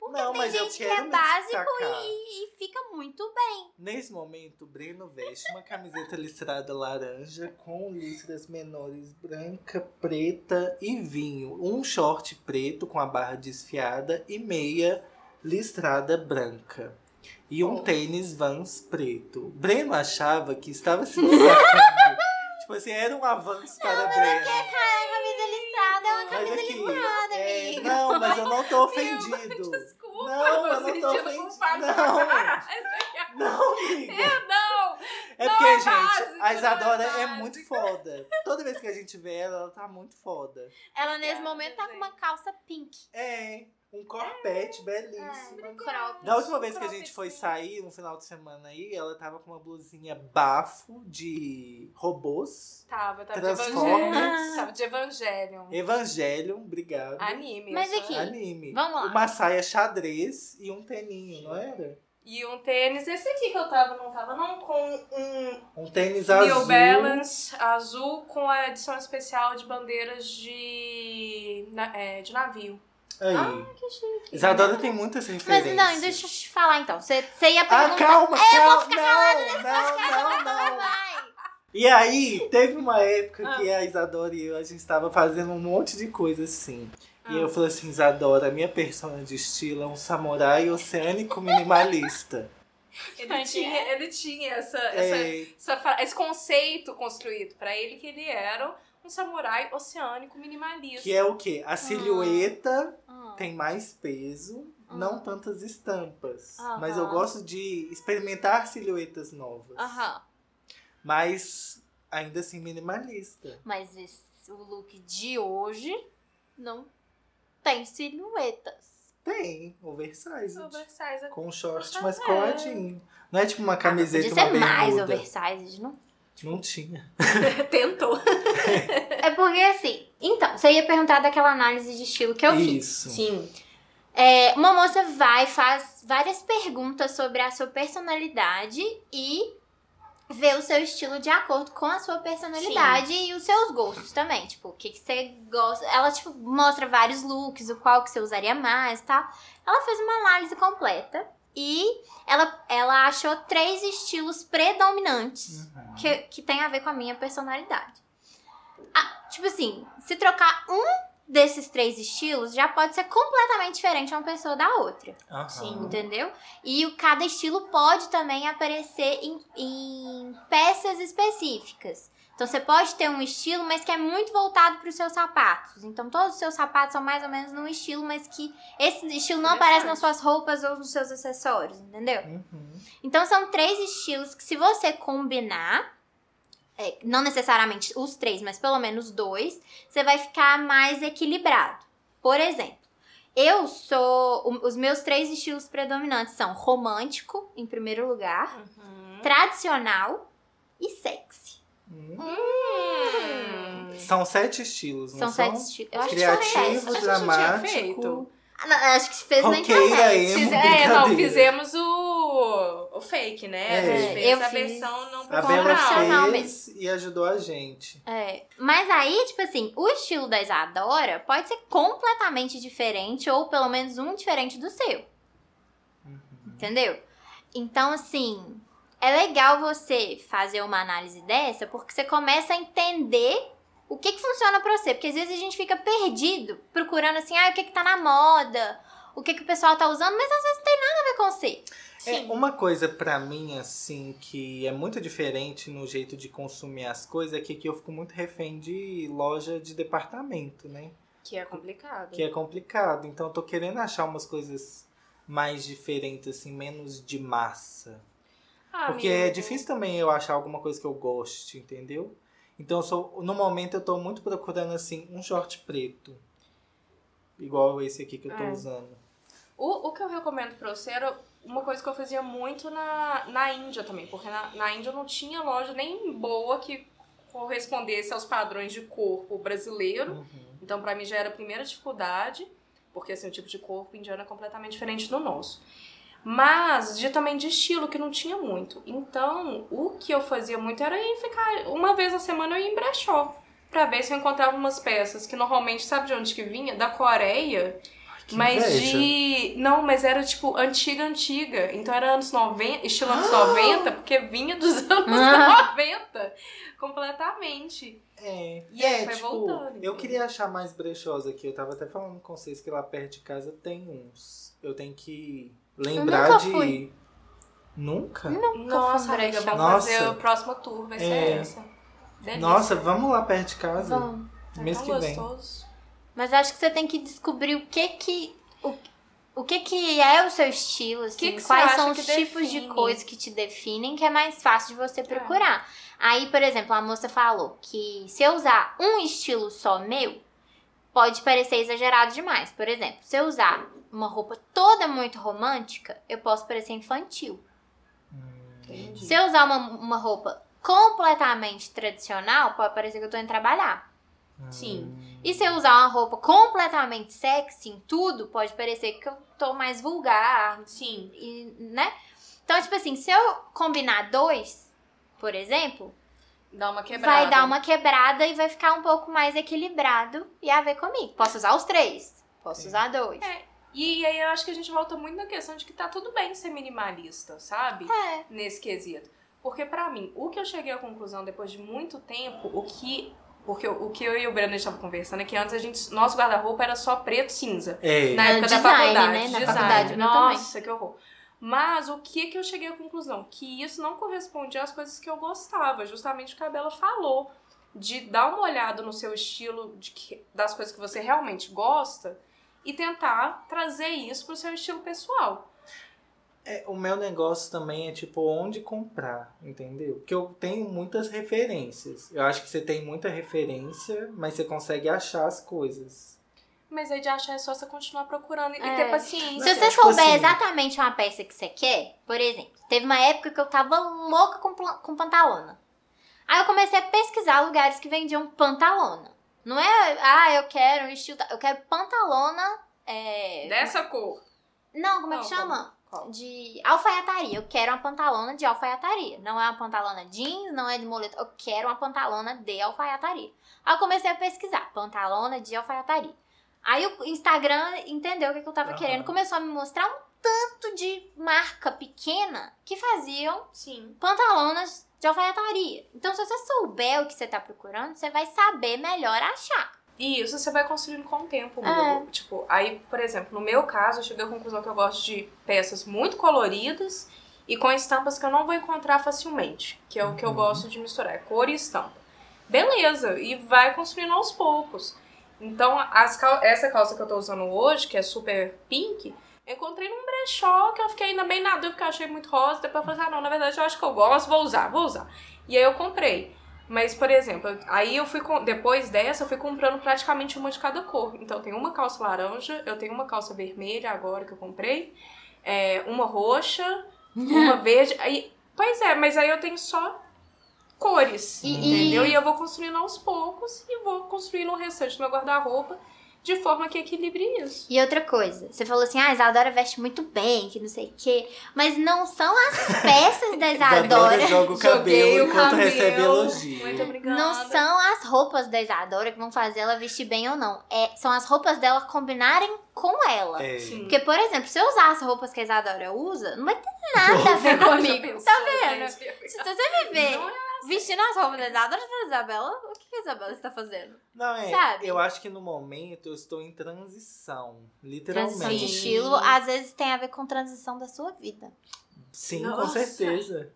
Speaker 2: Porque
Speaker 1: Não,
Speaker 2: tem
Speaker 1: mas eu
Speaker 2: gente que
Speaker 1: quero
Speaker 2: é
Speaker 1: me
Speaker 2: básico
Speaker 1: destacar.
Speaker 2: e, e fica muito bem.
Speaker 1: Nesse momento, o Breno veste uma camiseta listrada laranja com listras menores branca, preta e vinho. Um short preto com a barra desfiada e meia listrada branca. E um
Speaker 3: Oh.
Speaker 1: tênis Vans preto. Breno achava que estava se destacando. tipo assim, era um avanço para Breno.
Speaker 2: A camisa listrada é uma
Speaker 1: Mas
Speaker 2: camisa
Speaker 1: aqui,
Speaker 2: listrada,
Speaker 1: é,
Speaker 2: amigo.
Speaker 1: não, mas eu não tô ofendido.
Speaker 3: Desculpa,
Speaker 1: Não, eu
Speaker 3: tô
Speaker 1: não tô
Speaker 3: sentindo um É
Speaker 1: ofendido.
Speaker 3: culpada.
Speaker 1: Não.
Speaker 3: Caralho.
Speaker 1: Não, amiga.
Speaker 3: Eu não!
Speaker 1: É
Speaker 3: Não
Speaker 1: porque,
Speaker 3: é
Speaker 1: gente,
Speaker 3: básico,
Speaker 1: a Isadora
Speaker 3: não é
Speaker 1: é,
Speaker 3: básico.
Speaker 1: muito foda. Toda vez que a gente vê ela, ela tá muito foda.
Speaker 2: Ela nesse
Speaker 3: Obrigada,
Speaker 2: momento tá com uma calça pink.
Speaker 1: É, um corpete belíssimo.
Speaker 2: Um
Speaker 3: É,
Speaker 2: crop.
Speaker 1: Da última vez que a
Speaker 3: Crop,
Speaker 1: gente foi
Speaker 3: sim.
Speaker 1: sair, um final de semana aí, ela tava com uma blusinha bafo de robôs.
Speaker 3: Tava, tava de
Speaker 1: Transformers.
Speaker 3: Evangelion. Tava de Evangelion.
Speaker 1: Evangelion, obrigado.
Speaker 3: Anime.
Speaker 2: Mas
Speaker 3: isso,
Speaker 2: aqui-
Speaker 3: né?
Speaker 1: Anime.
Speaker 2: Vamos lá.
Speaker 1: Uma saia xadrez e um teninho, não era?
Speaker 3: E um tênis, esse aqui que eu tava, não tava não, com um
Speaker 1: Um tênis
Speaker 3: New
Speaker 1: azul.
Speaker 3: Balance azul com a edição especial de bandeiras de, na- é, de navio.
Speaker 1: Aí.
Speaker 3: Que chique.
Speaker 1: Isadora tem muitas
Speaker 2: Mas
Speaker 1: referências.
Speaker 2: não, deixa eu te falar então. Você você ia
Speaker 1: Ah,
Speaker 2: perguntar.
Speaker 1: calma, calma. não, não, não, não.
Speaker 2: Vai.
Speaker 1: E aí, teve uma época que a Isadora e eu, a gente tava fazendo um monte de coisa assim.
Speaker 3: Ah,
Speaker 1: E eu falei assim, Isadora, a minha persona de estilo é um samurai oceânico minimalista.
Speaker 3: Ele tinha, ele tinha essa, essa,
Speaker 1: é,
Speaker 3: essa fra- esse conceito construído pra ele, que ele era um samurai oceânico minimalista.
Speaker 1: que é o quê? A silhueta
Speaker 2: Hum.
Speaker 1: tem mais peso,
Speaker 2: Hum.
Speaker 1: não tantas estampas.
Speaker 2: Aham.
Speaker 1: Mas eu gosto de experimentar silhuetas novas.
Speaker 2: Aham.
Speaker 1: Mas ainda assim minimalista.
Speaker 2: Mas esse- o look de hoje não tem silhuetas.
Speaker 1: Tem, oversized.
Speaker 3: Oversize.
Speaker 1: Com short, mas
Speaker 3: É.
Speaker 1: coladinho. Não é tipo uma camiseta,
Speaker 2: Ah, Podia
Speaker 1: uma
Speaker 2: ser mais
Speaker 1: bermuda.
Speaker 2: oversized, não?
Speaker 1: Não tinha.
Speaker 3: Tentou.
Speaker 2: É porque assim. Então, você ia perguntar daquela análise de estilo que eu fiz.
Speaker 1: Isso.
Speaker 2: Sim. É, uma moça vai, faz várias perguntas sobre a sua personalidade e vê o seu estilo de acordo com a sua personalidade e os seus gostos também. Tipo, o que, que você gosta. Ela, tipo, mostra vários looks, o qual que você usaria mais e tal. Ela fez uma análise completa e ela, ela achou três estilos predominantes que, que tem a ver com a minha personalidade. Ah, tipo assim, se trocar um desses três estilos, já pode ser completamente diferente uma pessoa da outra.
Speaker 1: Aham. Uhum.
Speaker 2: Entendeu? E o, cada estilo pode também aparecer em, em peças específicas. Então você pode ter um estilo, mas que é muito voltado para os seus sapatos. Então todos os seus sapatos são mais ou menos num estilo, mas que esse estilo não aparece nas suas roupas ou nos seus acessórios, entendeu?
Speaker 1: Uhum.
Speaker 2: Então são três estilos que se você combinar, é, não necessariamente os três, mas pelo menos dois, você vai ficar mais equilibrado. Por exemplo, eu sou. o- Os meus três estilos predominantes são romântico, em primeiro lugar,
Speaker 3: Uhum.
Speaker 2: tradicional e sexy.
Speaker 1: Uhum. São sete estilos, não
Speaker 2: São sete estilos. Eu acho que são
Speaker 1: Criativo,
Speaker 2: sete.
Speaker 1: dramático.
Speaker 3: feito.
Speaker 2: Ah, não, acho que se fez na
Speaker 1: Roqueira,
Speaker 2: internet.
Speaker 1: emo.
Speaker 3: É, não,
Speaker 1: Brincadeira.
Speaker 3: fizemos o, o fake, né?
Speaker 1: É.
Speaker 3: A gente fez
Speaker 2: Eu
Speaker 3: a
Speaker 2: fiz
Speaker 3: versão não
Speaker 1: A
Speaker 2: Só
Speaker 1: Bela
Speaker 3: profissional.
Speaker 2: profissional
Speaker 1: fez e ajudou a gente.
Speaker 2: É, mas aí, tipo assim, o estilo da Isadora pode ser completamente diferente, ou pelo menos um diferente do seu. Entendeu? Então, assim, é legal você fazer uma análise dessa, porque você começa a entender o que, que funciona pra você. Porque às vezes a gente fica perdido procurando assim, ah, o que, que tá na moda, o que, que o pessoal tá usando, mas às vezes não tem nada a ver com você.
Speaker 1: É, uma coisa pra mim, assim, que é muito diferente no jeito de consumir as coisas é que aqui eu fico muito refém de loja de departamento, né?
Speaker 3: Que é complicado.
Speaker 1: que é complicado. Então eu tô querendo achar umas coisas mais diferentes, assim, menos de massa.
Speaker 3: Ah,
Speaker 1: Porque
Speaker 3: amigo,
Speaker 1: é difícil também eu achar alguma coisa que eu goste, entendeu? Então eu sou, no momento eu tô muito procurando, assim, um short preto. Igual esse aqui que eu tô
Speaker 3: É.
Speaker 1: usando.
Speaker 3: O, o que eu recomendo pra você era uma coisa que eu fazia muito na, na Índia também, porque na, na Índia não tinha loja nem boa que correspondesse aos padrões de corpo brasileiro.
Speaker 1: Uhum.
Speaker 3: Então, pra mim já era a primeira dificuldade, porque assim, o tipo de corpo indiano é completamente diferente do nosso. Mas de também de estilo, que não tinha muito. Então, o que eu fazia muito era ir ficar. Uma vez a semana eu ia em brechó. Pra ver se eu encontrava umas peças que normalmente, sabe de onde que vinha? Da Coreia.
Speaker 1: Que
Speaker 3: mas
Speaker 1: inveja.
Speaker 3: de. Não, mas era tipo antiga, antiga. Então era anos 90, estilo anos
Speaker 1: Ah!
Speaker 3: 90, porque vinha dos anos
Speaker 2: Ah.
Speaker 3: 90. Completamente.
Speaker 1: É,
Speaker 3: E aí
Speaker 1: é,
Speaker 3: foi
Speaker 1: tipo,
Speaker 3: voltando, então.
Speaker 1: eu
Speaker 3: entendeu?
Speaker 1: queria achar mais brechós aqui. Eu tava até falando com vocês que lá perto de casa tem uns. Eu tenho que lembrar
Speaker 2: nunca
Speaker 1: de.
Speaker 2: fui.
Speaker 1: Nunca?
Speaker 3: Nossa,
Speaker 2: Nunca um fui
Speaker 3: amiga, vamos
Speaker 1: Nossa.
Speaker 3: fazer o próximo tour, vai ser
Speaker 1: É.
Speaker 3: essa. Delícia.
Speaker 1: Nossa, vamos lá perto de casa.
Speaker 2: Bom,
Speaker 3: Tá
Speaker 1: mês
Speaker 3: tão
Speaker 1: que vem.
Speaker 3: gostoso.
Speaker 2: mas acho que você tem que descobrir o que que... O, o que que é o seu estilo, assim,
Speaker 3: Que que você
Speaker 2: quais
Speaker 3: acha
Speaker 2: são os
Speaker 3: que
Speaker 2: tipos de
Speaker 3: define?
Speaker 2: coisas que te definem, que é mais fácil de você procurar. Aí, por exemplo, a moça falou que se eu usar um estilo só meu, pode parecer exagerado demais. Por exemplo, se eu usar uma roupa toda muito romântica, eu posso parecer infantil.
Speaker 1: Hum.
Speaker 3: Entendi.
Speaker 2: Se eu usar uma, uma roupa completamente tradicional, pode parecer que eu tô indo trabalhar.
Speaker 3: Sim.
Speaker 1: Hum.
Speaker 2: E se eu usar uma roupa completamente sexy em tudo, pode parecer que eu tô mais vulgar,
Speaker 3: Sim.
Speaker 2: e, né? Então, tipo assim, se eu combinar dois, por exemplo,
Speaker 3: Dá uma quebrada.
Speaker 2: vai dar uma quebrada e vai ficar um pouco mais equilibrado e a ver comigo. Posso usar os três, posso
Speaker 1: Sim.
Speaker 2: usar dois.
Speaker 3: É. E aí eu acho que a gente volta muito na questão de que tá tudo bem ser minimalista, sabe?
Speaker 2: É.
Speaker 3: Nesse quesito. Porque pra mim, o que eu cheguei à conclusão depois de muito tempo, o que. Porque o que eu e o Breno estavam conversando é que antes a gente. Nosso guarda-roupa era só preto e cinza.
Speaker 1: É.
Speaker 3: Na época da
Speaker 2: Design,
Speaker 3: faculdade.
Speaker 2: né? Na
Speaker 3: design.
Speaker 2: faculdade, eu
Speaker 3: Nossa, que horror. Mas o que que eu cheguei à conclusão? Que isso não correspondia às coisas que eu gostava, justamente o que a Bela falou. De dar uma olhada no seu estilo, de que- das coisas que você realmente gosta, e tentar trazer isso pro seu estilo pessoal.
Speaker 1: É, o meu negócio também é tipo onde comprar, entendeu? Porque eu tenho muitas referências. Eu acho que você tem muita referência, mas você consegue achar as coisas.
Speaker 3: Mas aí de achar é só você continuar procurando e
Speaker 2: É.
Speaker 3: ter paciência.
Speaker 2: Se você
Speaker 1: tipo
Speaker 2: souber
Speaker 1: assim-
Speaker 2: exatamente uma peça que você quer, por exemplo, teve uma época que eu tava louca com, pla- com pantalona. Aí eu comecei a pesquisar lugares que vendiam pantalona. Não é, ah, eu quero um estilo. da- Eu quero pantalona. É...
Speaker 3: Dessa cor.
Speaker 2: Não, como é que
Speaker 3: Qual,
Speaker 2: chama?
Speaker 3: Qual?
Speaker 2: de alfaiataria. Eu quero uma pantalona de alfaiataria. Não é uma pantalona jeans, não é de moletom. Eu quero uma pantalona de alfaiataria. Aí eu comecei a pesquisar, pantalona de alfaiataria. Aí o Instagram entendeu o que, que eu tava
Speaker 1: Aham.
Speaker 2: querendo, começou a me mostrar um tanto de marca pequena que faziam
Speaker 3: Sim.
Speaker 2: pantalonas de alfaiataria. Então, se você souber o que você tá procurando, você vai saber melhor achar.
Speaker 3: E isso você vai construindo com o tempo.
Speaker 2: É.
Speaker 3: amigo. Tipo, aí, por exemplo, no meu caso, eu cheguei à conclusão que eu gosto de peças muito coloridas e com estampas que eu não vou encontrar facilmente. Que é o que eu
Speaker 1: Uhum.
Speaker 3: gosto de misturar, é cor e estampa. Beleza, e vai construindo aos poucos. Então, as cal- essa calça que eu tô usando hoje, que é super pink, eu encontrei num brechó que eu fiquei ainda bem na dúvida, porque eu achei muito rosa. Depois eu falei, ah, não, na verdade eu acho que eu gosto, vou usar, vou usar. E aí eu comprei. Mas, por exemplo, eu- aí eu fui com- depois dessa, eu fui comprando praticamente uma de cada cor. Então, eu tenho uma calça laranja, eu tenho uma calça vermelha agora que eu comprei, é, uma roxa, uma verde. Aí, pois é, mas aí eu tenho só cores,
Speaker 2: E- e-
Speaker 3: entendeu? E eu vou construindo aos poucos e vou construindo o restante do meu guarda-roupa de forma que equilibre isso.
Speaker 2: E outra coisa, você falou assim, ah, a Isadora veste muito bem, que não sei o quê. Mas não são as peças da Isadora
Speaker 1: joga o
Speaker 3: Ah, Joguei
Speaker 1: cabelo
Speaker 3: o
Speaker 1: enquanto
Speaker 3: cabelo.
Speaker 1: recebe elogio.
Speaker 3: Muito obrigada.
Speaker 2: Não são as roupas da Isadora que vão fazer ela vestir bem ou não. É, são as roupas dela combinarem com ela.
Speaker 1: É.
Speaker 3: Sim.
Speaker 2: Porque, por exemplo, se eu usar as roupas que a Isadora usa, não vai ter nada a ver comigo.
Speaker 3: Tá
Speaker 2: vendo? Se você me ver
Speaker 3: Não é
Speaker 2: vestindo as roupas da Isadora pra Isabela, o que que a Isabela está fazendo?
Speaker 1: Não, é.
Speaker 2: Sabe?
Speaker 1: Eu acho que no momento eu estou em transição. Literalmente.
Speaker 2: Transição de
Speaker 3: Sim.
Speaker 2: estilo, às vezes tem a ver com transição da sua vida.
Speaker 1: Sim, com
Speaker 3: Nossa.
Speaker 1: certeza.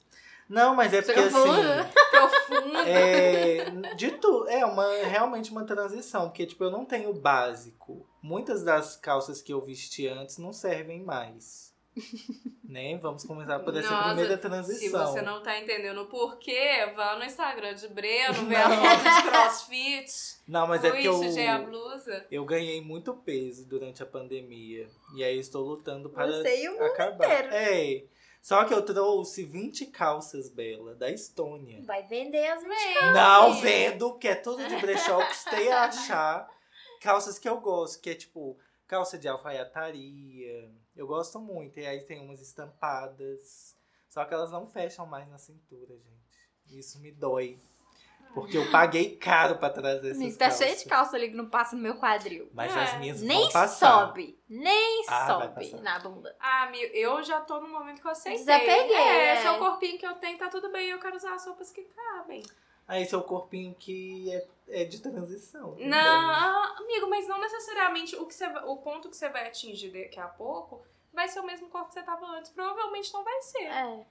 Speaker 1: Não, mas é
Speaker 2: Você
Speaker 1: porque
Speaker 2: confusa?
Speaker 1: assim.
Speaker 3: Profundo.
Speaker 1: É, de tudo. É uma, realmente uma transição, porque tipo, eu não tenho básico. Muitas das calças que eu vesti antes não servem mais. né? Vamos começar por essa
Speaker 3: Nossa,
Speaker 1: primeira
Speaker 3: Se
Speaker 1: transição.
Speaker 3: você não tá entendendo o porquê, vá no Instagram de Breno, vê a
Speaker 1: Não.
Speaker 3: foto de crossfit.
Speaker 1: Não, mas é
Speaker 3: com
Speaker 1: porque eu,
Speaker 3: isso, já é a blusa.
Speaker 1: eu ganhei muito peso durante a pandemia. E aí estou lutando para
Speaker 2: Você um e o mundo
Speaker 1: acabar.
Speaker 2: inteiro.
Speaker 1: É. Só que eu trouxe 20 calças, Bela, da Estônia.
Speaker 2: Vai vender as mesmas.
Speaker 1: Não vendo, porque é tudo de brechó. Eu custei a achar calças que eu gosto, que é tipo calça de alfaiataria. Eu gosto muito. E aí tem umas estampadas. Só que elas não fecham mais na cintura, gente. Isso me dói. Porque eu paguei caro pra trazer essas
Speaker 4: Amigo, tá
Speaker 1: calças.
Speaker 4: cheio de calça ali que não passa no meu quadril.
Speaker 1: Mas
Speaker 3: É.
Speaker 1: as minhas
Speaker 2: Nem
Speaker 1: vão passar.
Speaker 2: sobe. Nem
Speaker 1: Ah, vai
Speaker 2: sobe
Speaker 1: passar.
Speaker 2: na bunda.
Speaker 3: Ah, meu, eu já tô no momento que eu aceitei.
Speaker 2: Desapeguei,
Speaker 3: É,
Speaker 2: é.
Speaker 3: esse é o corpinho que eu tenho, tá tudo bem. Eu quero usar as roupas que cabem.
Speaker 1: Aí seu corpinho que é, é de transição. também.
Speaker 3: Não, ah, amigo, mas não necessariamente o, que você, vai- o ponto que você vai atingir daqui a pouco vai ser o mesmo corpo que você tava antes. Provavelmente não vai ser.
Speaker 2: É.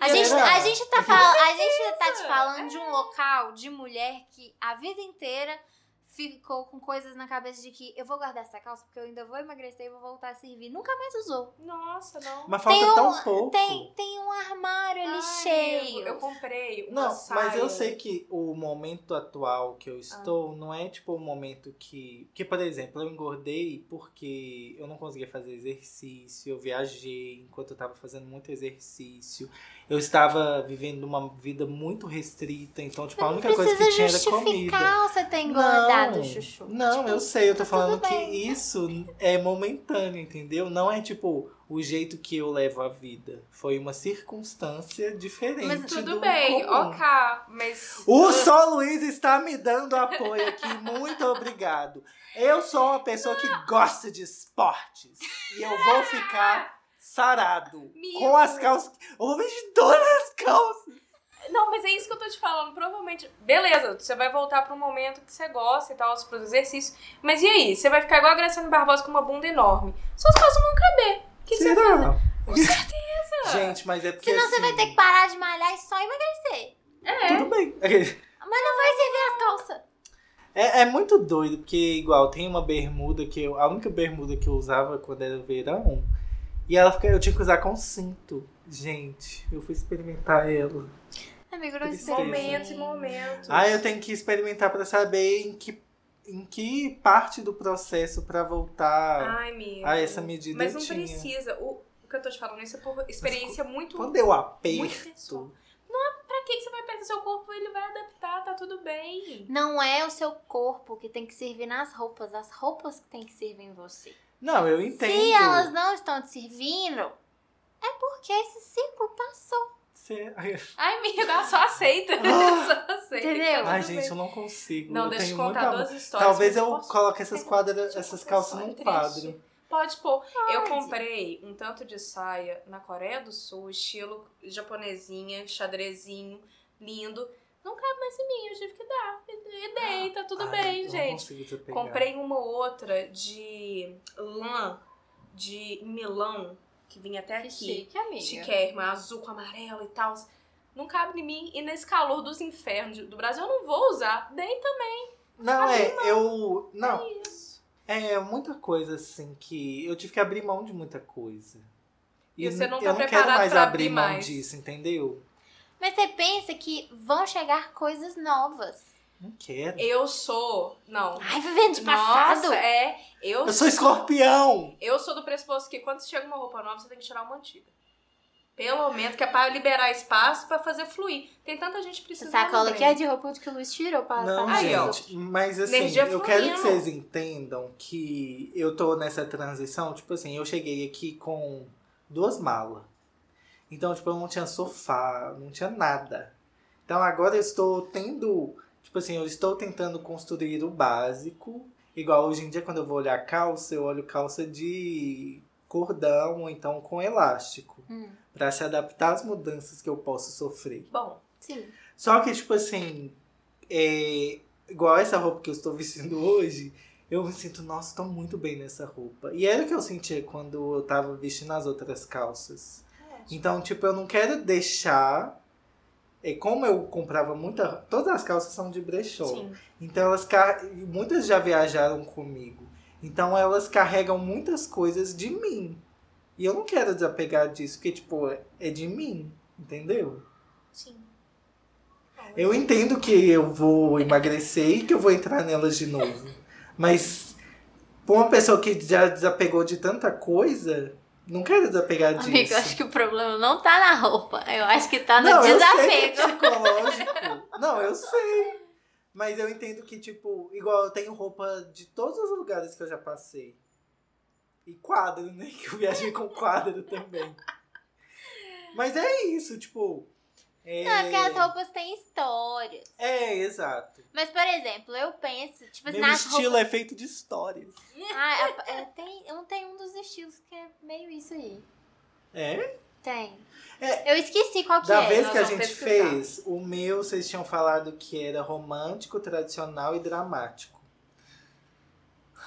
Speaker 1: É
Speaker 2: A gente, a
Speaker 1: verdade.
Speaker 2: gente tá falando, a gente tá te falando de um local de mulher que a vida inteira ficou com coisas na cabeça de que eu vou guardar essa calça porque eu ainda vou emagrecer e vou voltar a servir. Nunca mais usou.
Speaker 3: Nossa, não.
Speaker 1: Mas falta
Speaker 2: Tem um-
Speaker 1: tão pouco.
Speaker 2: Tem, tem um armário ali
Speaker 3: Ai,
Speaker 2: cheio.
Speaker 3: Eu, eu comprei uma
Speaker 1: Não,
Speaker 3: saia.
Speaker 1: mas eu sei que o momento atual que
Speaker 2: Ah.
Speaker 1: eu estou não é tipo o momento que. Que, por exemplo, eu engordei porque eu não conseguia fazer exercício, eu viajei enquanto eu estava fazendo muito exercício. Eu estava vivendo uma vida muito restrita, então, tipo, a
Speaker 2: Não
Speaker 1: única coisa
Speaker 2: precisa
Speaker 1: que tinha era comida.
Speaker 2: justificar você ter engordado,
Speaker 1: não,
Speaker 2: Chuchu.
Speaker 1: Não,
Speaker 2: Tipo,
Speaker 1: eu sei, eu tô
Speaker 2: tá
Speaker 1: falando
Speaker 2: tudo
Speaker 1: que
Speaker 2: bem.
Speaker 1: isso é momentâneo, entendeu? Não é tipo o jeito que eu levo a vida. Foi uma circunstância diferente.
Speaker 3: Mas
Speaker 1: do
Speaker 3: tudo bem,
Speaker 1: comum.
Speaker 3: ok. Mas.
Speaker 1: O Só Luiz está me dando apoio aqui, muito obrigado. Eu sou uma pessoa que gosta de esportes e eu vou ficar sarado
Speaker 3: Amigo.
Speaker 1: com as calças. Eu vou vestir todas as calças.
Speaker 3: Não, mas é isso que eu tô te falando. Provavelmente. Beleza, você vai voltar pro momento que você gosta e tal, pros exercícios. Mas e aí? Você vai ficar igual a Graciane Barbosa com uma bunda enorme. Suas calças vão caber. O que, que você faz?
Speaker 1: Com certeza. Gente, mas é porque
Speaker 2: Senão
Speaker 1: assim,
Speaker 2: você vai ter que parar de malhar e só emagrecer.
Speaker 1: Tudo bem.
Speaker 2: As calças.
Speaker 1: É, é muito doido, porque igual tem uma bermuda que eu. A única bermuda que eu usava quando era verão. E ela fica, eu tinha que usar com cinto. Gente, eu fui experimentar ela.
Speaker 2: Amigo, não
Speaker 1: Tristeza.
Speaker 3: Momentos e
Speaker 2: experimenta.
Speaker 3: momentos.
Speaker 1: Ah, eu tenho que experimentar pra saber em que, em que parte do processo pra voltar
Speaker 3: Ai, amigo.
Speaker 1: a Ah, essa medida.
Speaker 3: Ah, Mas
Speaker 1: eu
Speaker 3: não
Speaker 1: tinha.
Speaker 3: precisa. O, o que eu tô te falando isso é por experiência muito.
Speaker 1: Quando eu
Speaker 3: Muito pessoal. é
Speaker 1: aperto.
Speaker 3: Pra que que você vai perder seu corpo? Ele vai adaptar, tá tudo bem.
Speaker 2: Não é o seu corpo que tem que servir nas roupas, as roupas que tem que servir em você.
Speaker 1: Não, eu entendo.
Speaker 2: Se elas não estão te servindo, é porque esse ciclo passou.
Speaker 1: Cê- Ai,
Speaker 3: Ai, amiga, só aceita. só aceita.
Speaker 2: Entendeu?
Speaker 3: tá
Speaker 1: Ai,
Speaker 3: tudo
Speaker 1: gente,
Speaker 3: bem.
Speaker 1: eu não consigo.
Speaker 3: Não,
Speaker 1: eu
Speaker 3: deixa eu
Speaker 1: tenho
Speaker 3: te
Speaker 1: muito
Speaker 3: contar
Speaker 1: amor.
Speaker 3: duas histórias.
Speaker 1: Talvez
Speaker 3: mas
Speaker 1: eu
Speaker 3: posso-
Speaker 1: coloque essas, quadras,
Speaker 3: Deixa eu
Speaker 1: essas
Speaker 3: confessar,
Speaker 1: calças
Speaker 3: é
Speaker 1: num
Speaker 3: triste.
Speaker 1: quadro.
Speaker 3: Pode pôr. Eu comprei um tanto de saia na Coreia do Sul, estilo japonesinha, xadrezinho, lindo. Não cabe mais em mim, eu tive que dar. E dei, tá tudo
Speaker 1: Ai, eu
Speaker 3: bem,
Speaker 1: não
Speaker 3: gente.
Speaker 1: consigo desapegar.
Speaker 3: Comprei uma outra de lã de Milão, que vinha até
Speaker 4: Que
Speaker 3: aqui.
Speaker 4: chique, amiga.
Speaker 3: Chiquérrima, azul com amarelo e tal. Não cabe em mim. E nesse calor dos infernos de- do Brasil, eu não vou usar. Dei também
Speaker 1: Não, é, eu. Não,
Speaker 3: isso.
Speaker 1: é muita coisa assim que. Eu tive que abrir mão de muita coisa.
Speaker 3: E você não tá
Speaker 1: eu não quero
Speaker 3: preparado
Speaker 1: mais
Speaker 3: pra
Speaker 1: abrir
Speaker 3: abrir
Speaker 1: mão
Speaker 3: mais.
Speaker 1: disso, entendeu?
Speaker 2: Mas você pensa que vão chegar coisas novas.
Speaker 1: Não quero.
Speaker 3: Eu sou. Não.
Speaker 2: Ai, vivendo de passado.
Speaker 3: Nossa, é. Eu,
Speaker 1: Eu sou escorpião!
Speaker 3: eu sou do pressuposto que quando chega uma roupa nova, você tem que tirar uma antiga. Pelo menos, que é pra liberar espaço pra fazer fluir. Tem tanta gente
Speaker 2: Essa
Speaker 3: precisando.
Speaker 2: sacola aqui
Speaker 3: né?
Speaker 2: é de roupa que o Luiz tirou pra
Speaker 1: Não,
Speaker 2: pra-
Speaker 3: Aí, ó.
Speaker 1: gente, mas assim,
Speaker 3: Energia
Speaker 1: eu quero que
Speaker 3: fluindo.
Speaker 1: vocês entendam que eu tô nessa transição, tipo assim, eu cheguei aqui com duas malas. Então, tipo, eu não tinha sofá, não tinha nada. Então agora eu estou tendo, tipo assim, eu estou tentando construir o básico. Igual hoje em dia, quando eu vou olhar calça, eu olho calça de cordão, ou então com elástico.
Speaker 2: Hum.
Speaker 1: Pra se adaptar às mudanças que eu posso
Speaker 2: é
Speaker 1: sofrer.
Speaker 3: Bom,
Speaker 2: Sim.
Speaker 1: Só que, tipo assim, é, igual essa roupa que eu estou vestindo hoje, eu me sinto, nossa, tô muito bem nessa roupa. E era o que eu sentia quando eu tava vestindo as outras calças.
Speaker 3: verdade.
Speaker 1: Então, tipo, eu não quero deixar. E como eu comprava muita. Todas as calças são de brechó.
Speaker 3: Sim.
Speaker 1: Então elas car- e muitas já viajaram comigo. Então elas carregam muitas coisas de mim. E eu não quero desapegar disso, porque tipo, é de mim, entendeu?
Speaker 2: Sim.
Speaker 1: Eu entendo que eu vou emagrecer e que eu vou entrar nelas de novo. Mas pra uma pessoa que já desapegou de tanta coisa, não quero desapegar disso.
Speaker 2: Amigo, eu acho que o problema não tá na roupa. Eu acho que tá no
Speaker 1: não, eu sei que
Speaker 2: desapego.
Speaker 1: é psicológico. não, eu sei. Mas eu entendo que, tipo, igual eu tenho roupa de todos os lugares que eu já passei. E quadro, né? Que eu viajei com quadro também. Mas é isso, tipo. É,
Speaker 2: Não, é porque as roupas têm histórias.
Speaker 1: é exato.
Speaker 2: Mas, por exemplo, eu penso, tipo,
Speaker 1: Meu
Speaker 2: nas
Speaker 1: estilo
Speaker 2: roupas.
Speaker 1: é feito de histórias.
Speaker 2: Ah, a- é, tem, um- tem um dos estilos que é meio isso aí.
Speaker 1: É?
Speaker 2: Tem.
Speaker 1: É.
Speaker 2: Eu esqueci qual que
Speaker 1: Da
Speaker 2: é.
Speaker 1: vez
Speaker 3: nós
Speaker 1: que a
Speaker 3: vamos
Speaker 1: gente
Speaker 3: pesquisar.
Speaker 1: fez, o meu vocês tinham falado que era romântico, tradicional e dramático.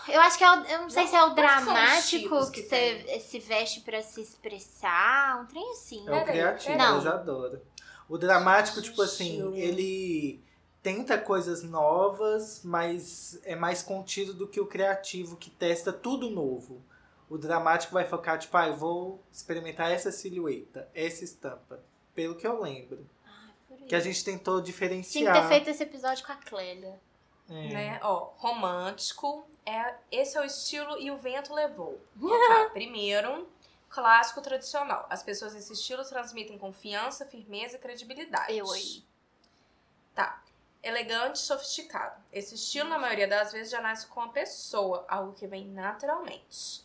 Speaker 2: Eu acho que é o, eu não sei se é o
Speaker 3: Quais são os
Speaker 2: dramático
Speaker 3: tipos
Speaker 2: que
Speaker 3: que
Speaker 2: você se veste pra se expressar, um trem assim.
Speaker 1: É o
Speaker 3: Peraí,
Speaker 1: criativo,
Speaker 2: peraí.
Speaker 1: eles adoram. O dramático, tipo assim,
Speaker 3: Estilo.
Speaker 1: ele tenta coisas novas, mas é mais contido do que o criativo, que testa tudo novo. O dramático vai focar, tipo, ah, eu vou experimentar essa silhueta, essa estampa. Pelo que eu lembro.
Speaker 2: Ah, Por
Speaker 1: Que a
Speaker 2: isso.
Speaker 1: gente tentou
Speaker 2: Tinha
Speaker 1: diferenciar.
Speaker 2: que ter feito esse episódio com a Clélia.
Speaker 1: É.
Speaker 3: Né? Ó, romântico. É, esse é o estilo e o vento levou. Tá, primeiro, clássico tradicional. As pessoas desse estilo transmitem confiança, firmeza e credibilidade.
Speaker 2: Eu aí.
Speaker 3: Tá. Elegante e sofisticado. Esse estilo, na maioria das vezes, já nasce com a pessoa, algo que vem naturalmente.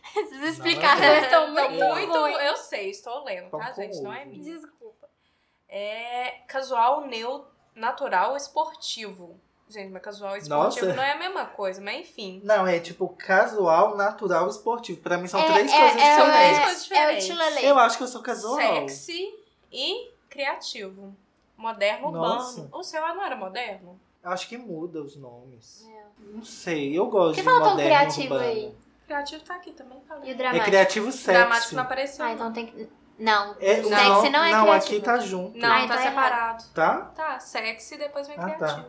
Speaker 2: Essas
Speaker 3: É
Speaker 1: Não,
Speaker 2: explicações
Speaker 1: não.
Speaker 2: estão muito,
Speaker 1: Não.
Speaker 2: muito,
Speaker 3: Eu sei, estou lendo,
Speaker 1: Pão
Speaker 3: tá,
Speaker 1: com
Speaker 3: gente? Não é
Speaker 1: ovo.
Speaker 3: minha.
Speaker 2: Desculpa.
Speaker 3: É casual, neu, natural, esportivo. Gente, mas casual e esportivo
Speaker 1: Nossa.
Speaker 3: não é a mesma coisa, mas enfim.
Speaker 1: Não, é tipo casual, natural e esportivo. Pra mim são
Speaker 2: É-
Speaker 1: três
Speaker 2: é-
Speaker 1: coisas
Speaker 2: é-
Speaker 3: São três
Speaker 1: diferentes.
Speaker 3: coisas
Speaker 2: É o
Speaker 3: diferentes.
Speaker 2: estilo eleito.
Speaker 1: Eu acho que eu sou casual.
Speaker 3: Sexy e criativo. Moderno, urbano.
Speaker 1: Nossa.
Speaker 3: O seu ah, não era moderno?
Speaker 1: Acho que muda os nomes.
Speaker 2: É.
Speaker 1: Não sei, eu gosto
Speaker 2: Que
Speaker 1: de
Speaker 2: faltou o
Speaker 1: moderno
Speaker 2: criativo
Speaker 1: urbano.
Speaker 2: aí?
Speaker 3: Criativo tá aqui também, tá
Speaker 2: E o
Speaker 3: lendo.
Speaker 1: É
Speaker 2: dramático?
Speaker 1: criativo sexy.
Speaker 3: Dramático não apareceu.
Speaker 2: Ah, então tem que... Não.
Speaker 1: É,
Speaker 2: sexy
Speaker 1: o
Speaker 2: não,
Speaker 1: nome-
Speaker 2: é
Speaker 1: Não,
Speaker 2: criativo.
Speaker 1: aqui tá junto.
Speaker 3: Não,
Speaker 2: Ah,
Speaker 3: tá
Speaker 2: então é
Speaker 3: separado.
Speaker 1: Tá?
Speaker 3: Tá, sexy e depois vem
Speaker 1: Ah, tá.
Speaker 3: criativo.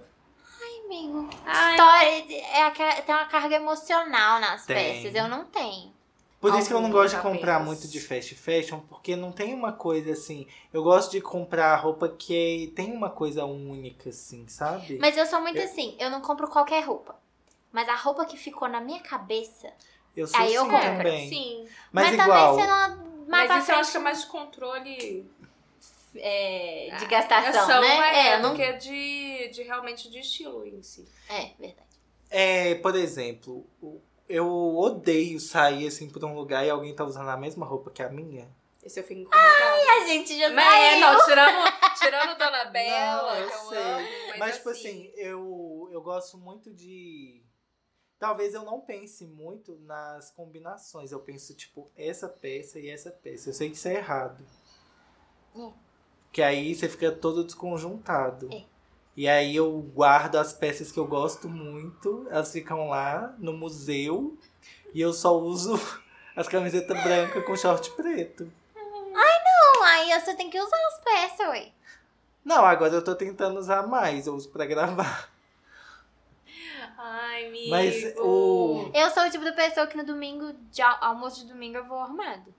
Speaker 2: Ai, amigo.
Speaker 3: Ai.
Speaker 2: História de- é aquela- tem uma carga emocional nas
Speaker 1: Tem.
Speaker 2: peças. Eu não tenho.
Speaker 1: Por isso que eu não
Speaker 3: Alguns
Speaker 1: gosto de comprar
Speaker 3: apenas.
Speaker 1: muito de fast fashion, porque não tem uma coisa assim. Eu gosto de comprar roupa que é- tem uma coisa única, assim, sabe?
Speaker 2: Mas eu sou muito
Speaker 1: Eu-
Speaker 2: assim. Eu não compro qualquer roupa. Mas a roupa que ficou na minha cabeça...
Speaker 1: eu sou
Speaker 2: aí eu
Speaker 1: assim
Speaker 2: compro.
Speaker 1: também.
Speaker 3: Sim.
Speaker 1: Mas,
Speaker 2: também
Speaker 1: igual.
Speaker 2: você não...
Speaker 3: é.
Speaker 2: é
Speaker 3: Mas,
Speaker 2: mais pra
Speaker 3: isso eu acho que é
Speaker 2: frente,
Speaker 3: mais de controle.
Speaker 2: é, de gastação,
Speaker 3: Ação,
Speaker 2: né?
Speaker 3: É,
Speaker 2: eu não...
Speaker 3: do que de, de realmente de estilo em si.
Speaker 2: É, verdade.
Speaker 1: É, por exemplo, o- eu odeio sair assim pra um lugar e alguém tá usando a mesma roupa que a minha.
Speaker 3: Esse eu fico incomodada.
Speaker 2: A gente já
Speaker 3: Mas é,
Speaker 2: saiu.
Speaker 3: não, tirando, tirando Dona Bela,
Speaker 1: eu
Speaker 3: que eu
Speaker 1: sei.
Speaker 3: amo. Mas,
Speaker 1: Mas, tipo assim, eu, eu gosto muito de. Talvez eu não pense muito nas combinações. Eu penso, tipo, essa peça e essa peça. Eu sei que isso é errado.
Speaker 2: É.
Speaker 1: Que aí você fica todo desconjuntado.
Speaker 2: É.
Speaker 1: E aí eu guardo as peças que eu gosto muito. Elas ficam lá no museu. E eu só uso as camisetas brancas com short preto.
Speaker 2: Não, aí você tem que usar as peças, ué.
Speaker 1: Não, agora eu tô tentando usar mais. Eu uso pra gravar.
Speaker 3: Ai, amigo.
Speaker 1: assim, Mas o.
Speaker 2: Eu sou o tipo da pessoa que no domingo, de al- almoço de domingo, eu vou armado.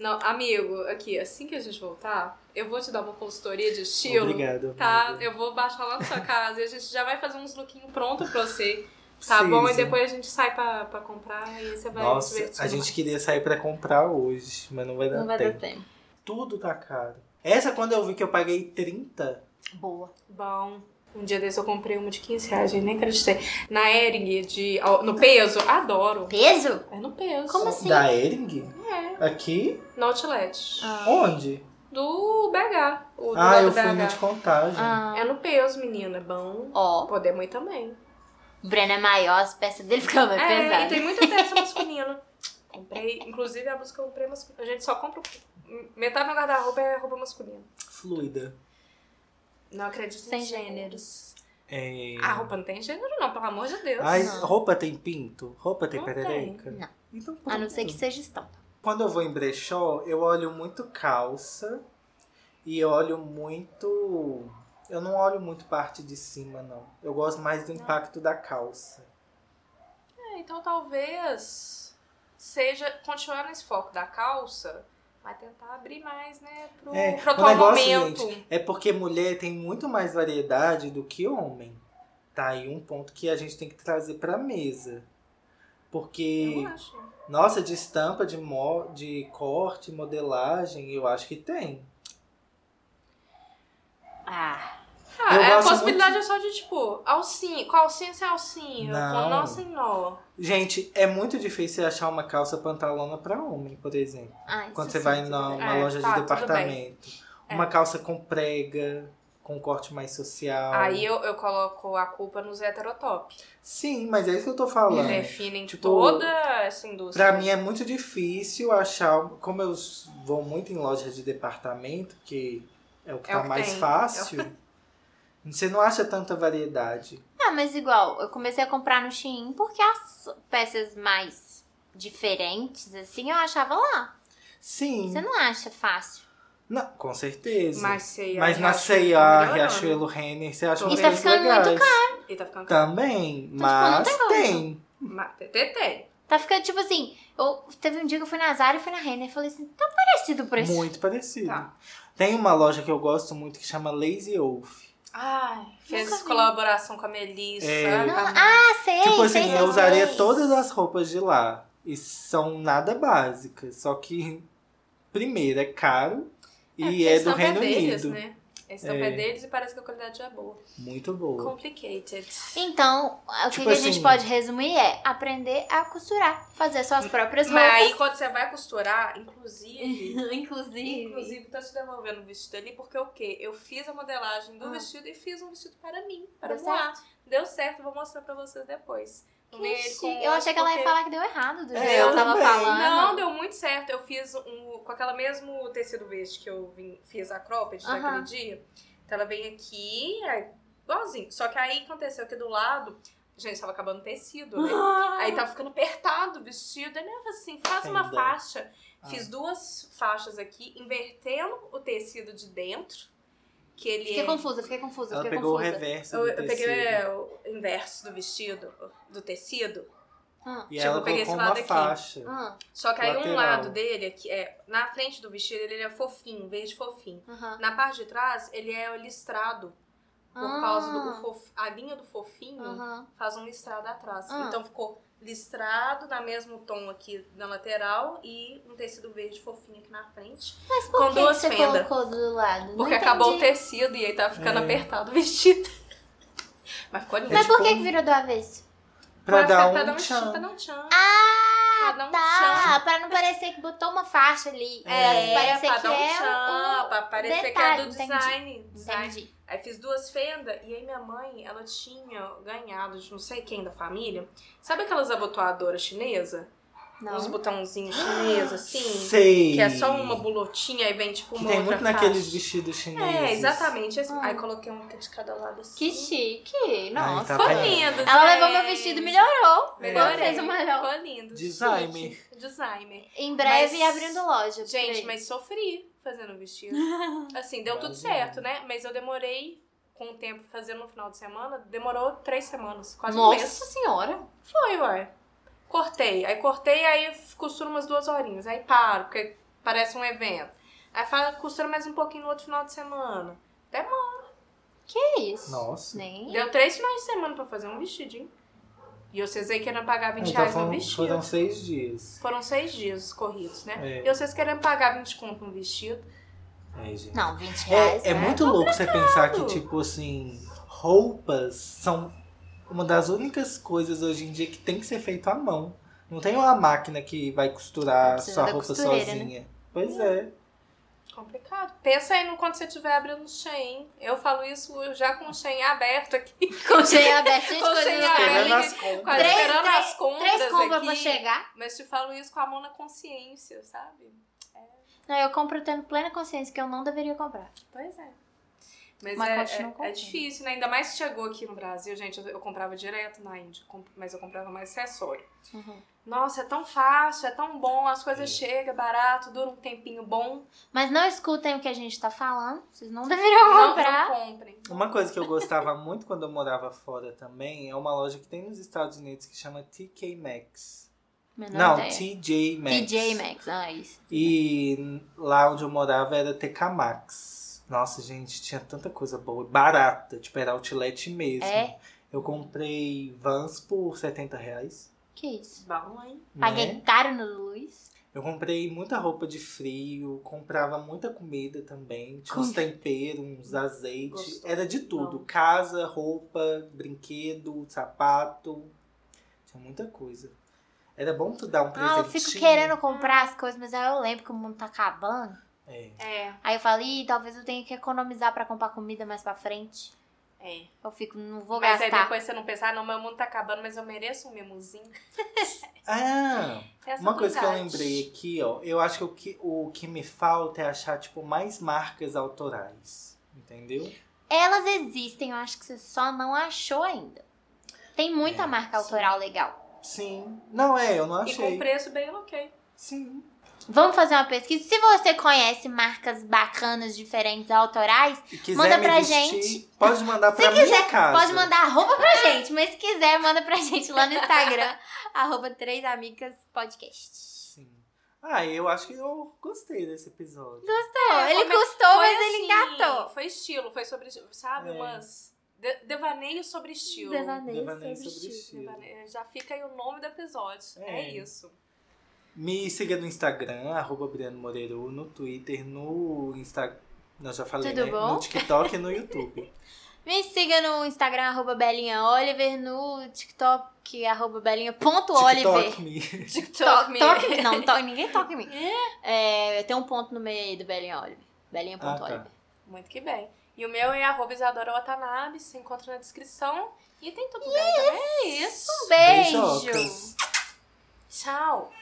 Speaker 3: Não, amigo, aqui, assim que a gente voltar, eu vou te dar uma consultoria de estilo.
Speaker 1: Obrigado.
Speaker 3: Tá,
Speaker 1: amiga.
Speaker 3: eu vou baixar lá na sua casa e a gente já vai fazer uns lookinhos prontos pra você. Tá
Speaker 1: Preciso.
Speaker 3: bom? E depois a gente sai pra, pra comprar e você vai se
Speaker 1: Nossa,
Speaker 3: divertir
Speaker 1: a gente
Speaker 3: mais.
Speaker 1: queria sair pra comprar hoje, mas não vai dar
Speaker 2: Não vai
Speaker 1: tempo.
Speaker 2: dar tempo.
Speaker 1: Tudo tá caro. Essa quando eu vi que eu paguei 30.
Speaker 2: Boa.
Speaker 3: Bom, um dia desse eu comprei uma de 15 reais, gente, nem acreditei. Na Ering, de, ó, no peso, adoro.
Speaker 2: Peso?
Speaker 3: É no peso.
Speaker 2: Como assim?
Speaker 1: Da Ering?
Speaker 3: É,
Speaker 1: Aqui?
Speaker 3: no Outlet.
Speaker 2: Ah.
Speaker 1: Onde?
Speaker 3: Do BH. O do
Speaker 1: ah,
Speaker 3: lado
Speaker 1: eu
Speaker 3: BH.
Speaker 1: fui no de contagem.
Speaker 2: Ah.
Speaker 3: É no peso, menina, é bom.
Speaker 2: Ó,
Speaker 3: Podemos ir também.
Speaker 2: o Breno é maior, as peças dele ficam mais
Speaker 3: É, e
Speaker 2: pesadas.
Speaker 3: tem muita peça masculina. Comprei, inclusive a música eu comprei masculina. A gente só compra. Metade do meu guarda-roupa é roupa masculina.
Speaker 1: Fluida.
Speaker 3: Não acredito
Speaker 2: Sem
Speaker 3: em
Speaker 2: gêneros.
Speaker 1: É...
Speaker 3: A roupa não tem gênero, não, pelo amor de Deus.
Speaker 1: Ai,
Speaker 2: Não.
Speaker 1: roupa tem pinto? Roupa tem
Speaker 3: Não
Speaker 1: perereca?
Speaker 2: tem. Não.
Speaker 1: Então,
Speaker 2: A não
Speaker 1: pronto.
Speaker 2: ser que seja estampa.
Speaker 1: quando eu vou em brechó, eu olho muito calça e eu olho muito. Eu não olho muito parte de cima, não. Eu gosto mais do impacto da calça.
Speaker 3: É, então talvez seja continuar nesse foco da calça, vai tentar abrir mais, né? Pro,
Speaker 1: É,
Speaker 3: pro
Speaker 1: o
Speaker 3: atual
Speaker 1: negócio,
Speaker 3: momento.
Speaker 1: É porque mulher tem muito mais variedade do que homem. Tá aí um ponto que a gente tem que trazer pra mesa. Porque,
Speaker 3: Eu acho.
Speaker 1: nossa, de estampa, de, mo de corte, modelagem, eu acho que tem.
Speaker 2: Ah.
Speaker 3: Ah,
Speaker 1: Eu
Speaker 3: é, a
Speaker 1: gosto
Speaker 3: possibilidade é só de, tipo, alcinha. Com alcinha sem alcinha,
Speaker 1: Não.
Speaker 3: com nó sem nó.
Speaker 1: Gente, é muito difícil achar uma calça pantalona pra homem, por exemplo.
Speaker 2: Ah, isso
Speaker 1: Quando você
Speaker 2: sim,
Speaker 1: vai
Speaker 2: tudo
Speaker 1: na-
Speaker 2: bem.
Speaker 1: numa
Speaker 3: É,
Speaker 1: loja
Speaker 3: tá,
Speaker 1: de
Speaker 3: tudo É.
Speaker 1: departamento. Uma calça com prega, com um corte mais social.
Speaker 3: Aí eu, eu coloco a culpa nos heterotop.
Speaker 1: Sim, mas é isso que eu tô
Speaker 3: Que
Speaker 1: falando.
Speaker 3: definem
Speaker 1: Tipo,
Speaker 3: toda essa indústria.
Speaker 1: Pra mim é muito difícil achar. Como eu s- vou muito em lojas de departamento, que é o que
Speaker 3: É
Speaker 1: tá
Speaker 3: o que
Speaker 1: mais
Speaker 3: tem. É
Speaker 1: fácil, você não acha tanta variedade.
Speaker 2: Ah, mas igual, eu comecei a comprar no Shein porque as peças mais diferentes, assim, eu achava lá.
Speaker 1: Sim,
Speaker 2: Você não acha fácil.
Speaker 1: não, com certeza.
Speaker 3: Mas, C&A,
Speaker 1: Mas na
Speaker 3: Riachuelo
Speaker 1: C&A,
Speaker 3: tá melhorando.
Speaker 1: Riachuelo, Renner, você acha
Speaker 3: Isso
Speaker 1: umas
Speaker 3: tá
Speaker 1: coisas
Speaker 2: ficando muito
Speaker 1: legais.
Speaker 3: E tá ficando
Speaker 1: Também,
Speaker 2: não
Speaker 1: mas
Speaker 2: tem como.
Speaker 1: tem.
Speaker 3: Mas tem- tem- tem.
Speaker 2: Tá ficando tipo assim. Eu, teve um dia que eu fui na Zara e fui na Renner e falei assim: tá parecido o preço.
Speaker 1: Muito parecido.
Speaker 3: Tá.
Speaker 1: Tem uma loja que eu gosto muito que chama Lazy Wolf.
Speaker 3: Ai, fez
Speaker 2: Nunca vi.
Speaker 3: colaboração com a Melissa.
Speaker 1: É.
Speaker 3: tá
Speaker 2: Não,
Speaker 3: muito-
Speaker 2: Ah, sei,
Speaker 1: tipo assim,
Speaker 2: sei, sei,
Speaker 1: eu usaria
Speaker 2: sei.
Speaker 1: todas as roupas de lá. E são nada básicas. Só que, primeiro, é caro e
Speaker 3: porque
Speaker 1: é
Speaker 3: esse
Speaker 1: do
Speaker 3: tampo
Speaker 1: Reino
Speaker 3: deles,
Speaker 1: Unido.
Speaker 3: Né? Esse tampo é. deles e parece que a qualidade é boa.
Speaker 1: Muito boa.
Speaker 3: Complicated.
Speaker 2: Então,
Speaker 1: Tipo
Speaker 2: o que, que a gente
Speaker 1: assim-
Speaker 2: pode resumir é aprender a costurar, fazer suas próprias
Speaker 3: Mas
Speaker 2: roupas.
Speaker 3: aí quando você vai costurar, inclusive.
Speaker 2: Inclusive.
Speaker 3: Inclusive, tô te devolvendo o vestido ali, porque o quê? Eu fiz a modelagem do
Speaker 2: Ah.
Speaker 3: vestido e fiz um vestido para mim, para
Speaker 2: Deu
Speaker 3: voar. Deu certo, vou mostrar pra vocês depois. Não vem ele com
Speaker 2: Ixi, eu achei que ela ia
Speaker 3: porque-
Speaker 2: falar que deu errado do
Speaker 1: É,
Speaker 2: jeito que ela
Speaker 1: eu
Speaker 2: tava
Speaker 1: também.
Speaker 2: falando.
Speaker 3: Não, deu muito certo. Eu fiz um, com aquela mesmo tecido verde que eu vim- fiz a cropped
Speaker 2: Aham.
Speaker 3: daquele dia. Então ela vem aqui, aí, igualzinho. Só que aí aconteceu que do lado, gente, tava acabando o tecido, né? Aí tava ficando apertado o vestido. Aí eu falei assim, faz uma
Speaker 1: Ainda.
Speaker 3: faixa.
Speaker 1: Ah.
Speaker 3: Fiz duas faixas aqui, invertendo o tecido de dentro. Que ele
Speaker 2: Fiquei
Speaker 3: é...
Speaker 2: confusa, fiquei confusa,
Speaker 1: Ela
Speaker 2: fiquei
Speaker 1: pegou o
Speaker 2: confusa.
Speaker 1: reverso
Speaker 3: Eu,
Speaker 1: do
Speaker 3: eu
Speaker 1: tecido.
Speaker 3: peguei é, o inverso do vestido, do tecido.
Speaker 2: Hum,
Speaker 1: E
Speaker 3: tipo,
Speaker 1: ela
Speaker 3: eu peguei
Speaker 1: colocou
Speaker 3: esse
Speaker 1: uma
Speaker 3: lado aqui.
Speaker 1: faixa.
Speaker 2: hum,
Speaker 3: Só que aí um
Speaker 1: Lateral.
Speaker 3: lado dele, que é, na frente do vestido, ele é fofinho, verde fofinho.
Speaker 2: aham.
Speaker 3: Na parte de trás, ele é listrado. Por
Speaker 2: Ah,
Speaker 3: causa do o fof- a linha do fofinho
Speaker 2: aham.
Speaker 3: faz um listrado atrás.
Speaker 2: Ah.
Speaker 3: Então ficou listrado na mesmo tom aqui na lateral e um tecido verde fofinho aqui na frente.
Speaker 2: Mas por
Speaker 3: Com
Speaker 2: que
Speaker 3: duas
Speaker 2: você
Speaker 3: fendas.
Speaker 2: colocou do lado? Não
Speaker 3: Porque acabou o
Speaker 2: entendi.
Speaker 3: tecido e aí tava ficando
Speaker 1: É.
Speaker 3: apertado o vestido. Mas ficou lindo.
Speaker 1: É
Speaker 2: Mas por que
Speaker 1: tipo
Speaker 2: que virou do avesso?
Speaker 1: Pra dar
Speaker 3: pra dar
Speaker 1: um
Speaker 3: um tchan. Pra
Speaker 1: tchan.
Speaker 3: dar um tchan. Ah, pra dar um tchan.
Speaker 2: Tá, pra não parecer que botou uma faixa ali.
Speaker 3: É,
Speaker 2: pra
Speaker 3: pra
Speaker 2: parecer que
Speaker 3: dar um
Speaker 2: é
Speaker 3: tchan, pra parecer que é
Speaker 2: detalhe,
Speaker 3: do
Speaker 2: entendi.
Speaker 3: design.
Speaker 2: o...
Speaker 3: design.
Speaker 2: Entendi.
Speaker 3: Aí fiz duas fendas e aí minha mãe, ela tinha ganhado de não sei quem da família. Sabe aquelas abotoadoras chinesas?
Speaker 2: Não.
Speaker 3: Uns botãozinhos chineses, assim?
Speaker 1: Sei.
Speaker 3: Que é só uma bolotinha e vem tipo
Speaker 1: Que
Speaker 3: uma
Speaker 1: tem
Speaker 3: outra
Speaker 1: muito naqueles
Speaker 3: faixa.
Speaker 1: vestidos chineses.
Speaker 3: É, exatamente. esse-
Speaker 2: Hum.
Speaker 3: Aí coloquei um de cada lado assim.
Speaker 2: Que chique, nossa.
Speaker 1: tá
Speaker 3: Ficou
Speaker 1: vendo?
Speaker 3: lindo,
Speaker 2: Ela levou
Speaker 3: gente.
Speaker 2: meu vestido e melhorou.
Speaker 3: Melhorei.
Speaker 2: Ela fez o melhor.
Speaker 3: Ficou lindo.
Speaker 1: Designer.
Speaker 3: chique. Designer.
Speaker 2: Em breve
Speaker 3: Mas-
Speaker 2: abrindo loja. por
Speaker 3: Gente,
Speaker 2: aí.
Speaker 3: mas sofri fazendo o vestido. Assim, deu tudo
Speaker 1: Imagina.
Speaker 3: certo, né? Mas eu demorei com o tempo fazendo no final de semana. Demorou três semanas, quase um mês.
Speaker 2: Nossa senhora.
Speaker 3: Foi, ué. Cortei. Aí cortei, aí costuro umas duas horinhas. Aí paro, porque parece um evento. Aí fala, costura mais um pouquinho no outro final de semana.
Speaker 2: Que isso?
Speaker 3: Né?
Speaker 1: Nossa.
Speaker 2: Nem.
Speaker 3: Deu três finais de semana pra fazer um vestidinho. E vocês aí querendo pagar 20
Speaker 1: Então
Speaker 3: reais no
Speaker 1: foram,
Speaker 3: vestido.
Speaker 1: foram seis dias.
Speaker 3: Foram seis dias corridos, né?
Speaker 1: É.
Speaker 3: E vocês querendo pagar 20 conto no vestido.
Speaker 1: É, gente.
Speaker 2: Não, 20 reais.
Speaker 1: É, é
Speaker 2: né?
Speaker 1: muito louco você pensar que, tipo assim, roupas são uma das únicas coisas hoje em dia que tem que ser feito à mão. Não tem uma máquina que vai costurar
Speaker 2: Precisa
Speaker 1: sua
Speaker 2: da
Speaker 1: roupa
Speaker 2: costureira,
Speaker 1: sozinha. Pois é.
Speaker 3: Complicado. Pensa aí no quando você estiver abrindo o Shein. Eu falo isso já com o Shein aberto aqui.
Speaker 2: Com cheia aberta, gente,
Speaker 3: Com
Speaker 2: coisa
Speaker 3: cheia
Speaker 2: não
Speaker 3: aberta.
Speaker 2: tem.
Speaker 1: Pegando as compras.
Speaker 3: Quase
Speaker 2: Três-
Speaker 3: esperando
Speaker 2: três-
Speaker 3: as compras
Speaker 2: Três compras
Speaker 3: aqui.
Speaker 2: pra chegar.
Speaker 3: Mas te falo isso com a mão na consciência, sabe?
Speaker 2: Não, eu compro tendo plena consciência que eu não deveria comprar.
Speaker 3: Pois é. Mas é,
Speaker 4: Mas continua
Speaker 3: é-
Speaker 4: comprando.
Speaker 3: é difícil, né? Ainda mais que chegou aqui no Brasil, gente. Eu, eu comprava direto na Índia, comp- mas eu comprava mais acessório.
Speaker 2: Uhum.
Speaker 3: Nossa, é tão fácil, é tão bom, as coisas
Speaker 1: É.
Speaker 3: chegam, é barato, dura um tempinho bom.
Speaker 2: Mas não escutem o que a gente tá falando. Vocês não deveriam
Speaker 3: Não,
Speaker 2: comprar.
Speaker 3: não comprem.
Speaker 1: Uma coisa que eu gostava muito quando eu morava fora também é uma loja que tem nos Estados Unidos que chama TK Maxx.
Speaker 2: Menor
Speaker 1: Não,
Speaker 2: ideia.
Speaker 1: TJ Maxx.
Speaker 2: TJ Maxx. Ah, isso.
Speaker 1: E lá onde eu morava era TK Maxx. Nossa, gente, tinha tanta coisa boa. Barata, tipo, era outlet mesmo.
Speaker 2: É?
Speaker 1: Eu comprei Vans por R$ 70 reais.
Speaker 2: Que isso?
Speaker 3: Bom, hein?
Speaker 1: né?
Speaker 2: Paguei caro no Luiz.
Speaker 1: Eu comprei muita roupa de frio, comprava muita comida também. Tinha uns temperos, uns azeites.
Speaker 3: Gostoso.
Speaker 1: Era de tudo.
Speaker 3: Não.
Speaker 1: Casa, roupa, brinquedo, sapato. Tinha muita coisa. Era bom tu dar um
Speaker 2: Ah,
Speaker 1: presentinho.
Speaker 2: eu fico querendo comprar as coisas, mas aí eu lembro que o mundo tá acabando.
Speaker 1: É.
Speaker 3: É,
Speaker 2: Aí eu falo, ih, talvez eu tenha que economizar pra comprar comida mais pra frente.
Speaker 3: é.
Speaker 2: Eu fico, não vou
Speaker 3: mas aí
Speaker 2: gastar.
Speaker 3: depois você não pensar, "Ah, não, meu mundo tá acabando, mas eu mereço um mimozinho.
Speaker 1: Ah,
Speaker 3: Essa
Speaker 1: uma coisa que eu
Speaker 3: vontade.
Speaker 1: lembrei aqui, ó. Eu acho que o, que o que me falta é achar, tipo, mais marcas autorais. Entendeu?
Speaker 2: Elas existem, eu acho que você só não achou ainda. Tem muita
Speaker 1: É,
Speaker 2: marca
Speaker 1: sim.
Speaker 2: autoral legal.
Speaker 1: Sim. Não, é, eu não
Speaker 3: E com
Speaker 1: achei.
Speaker 3: preço bem ok.
Speaker 1: Sim.
Speaker 2: Vamos fazer uma pesquisa. Se você conhece marcas bacanas, diferentes, autorais,
Speaker 1: E quiser
Speaker 2: Manda
Speaker 1: me
Speaker 2: pra
Speaker 1: vestir,
Speaker 2: gente.
Speaker 1: Pode mandar pra minha casa.
Speaker 2: pode mandar roupa pra gente. Mas se quiser, manda pra gente lá no Instagram, arroba Três Amigas Podcast.
Speaker 1: Sim. Ah, eu acho que eu gostei desse episódio.
Speaker 2: Não,
Speaker 3: É,
Speaker 2: ele
Speaker 3: como é-
Speaker 2: custou,
Speaker 3: Foi
Speaker 2: mas ele
Speaker 3: assim,
Speaker 2: engatou.
Speaker 3: Foi estilo, foi sobre, sabe,
Speaker 1: É.
Speaker 3: umas... de- devaneio sobre estilo.
Speaker 1: Devaneio sobre estilo.
Speaker 3: Devaneio. é, Já fica aí o nome do episódio. É,
Speaker 1: É.
Speaker 3: isso.
Speaker 1: Me siga no Instagram, arroba Briano Moreiro, no Twitter, no Instagram. Não, já falei,
Speaker 2: Tudo
Speaker 1: né?
Speaker 2: bom?
Speaker 1: No TikTok e no YouTube.
Speaker 2: Me siga no Instagram, arroba Belinha Oliver, no TikTok, arroba Belinha.oliver.
Speaker 1: TikTok me.
Speaker 3: TikTok,
Speaker 2: Toque,
Speaker 3: me-
Speaker 2: toque, não, toque, ninguém toca em mim. É, tem um ponto no meio aí do Belinha Oliver.
Speaker 1: Ah,
Speaker 2: Belinha.oliver.
Speaker 1: tá.
Speaker 3: Muito que bem. E o meu é arroba Isadora Watanabe, se encontra na descrição. E tem tudo bem também. É isso.
Speaker 2: Um beijo!
Speaker 1: Beijocas.
Speaker 3: Tchau.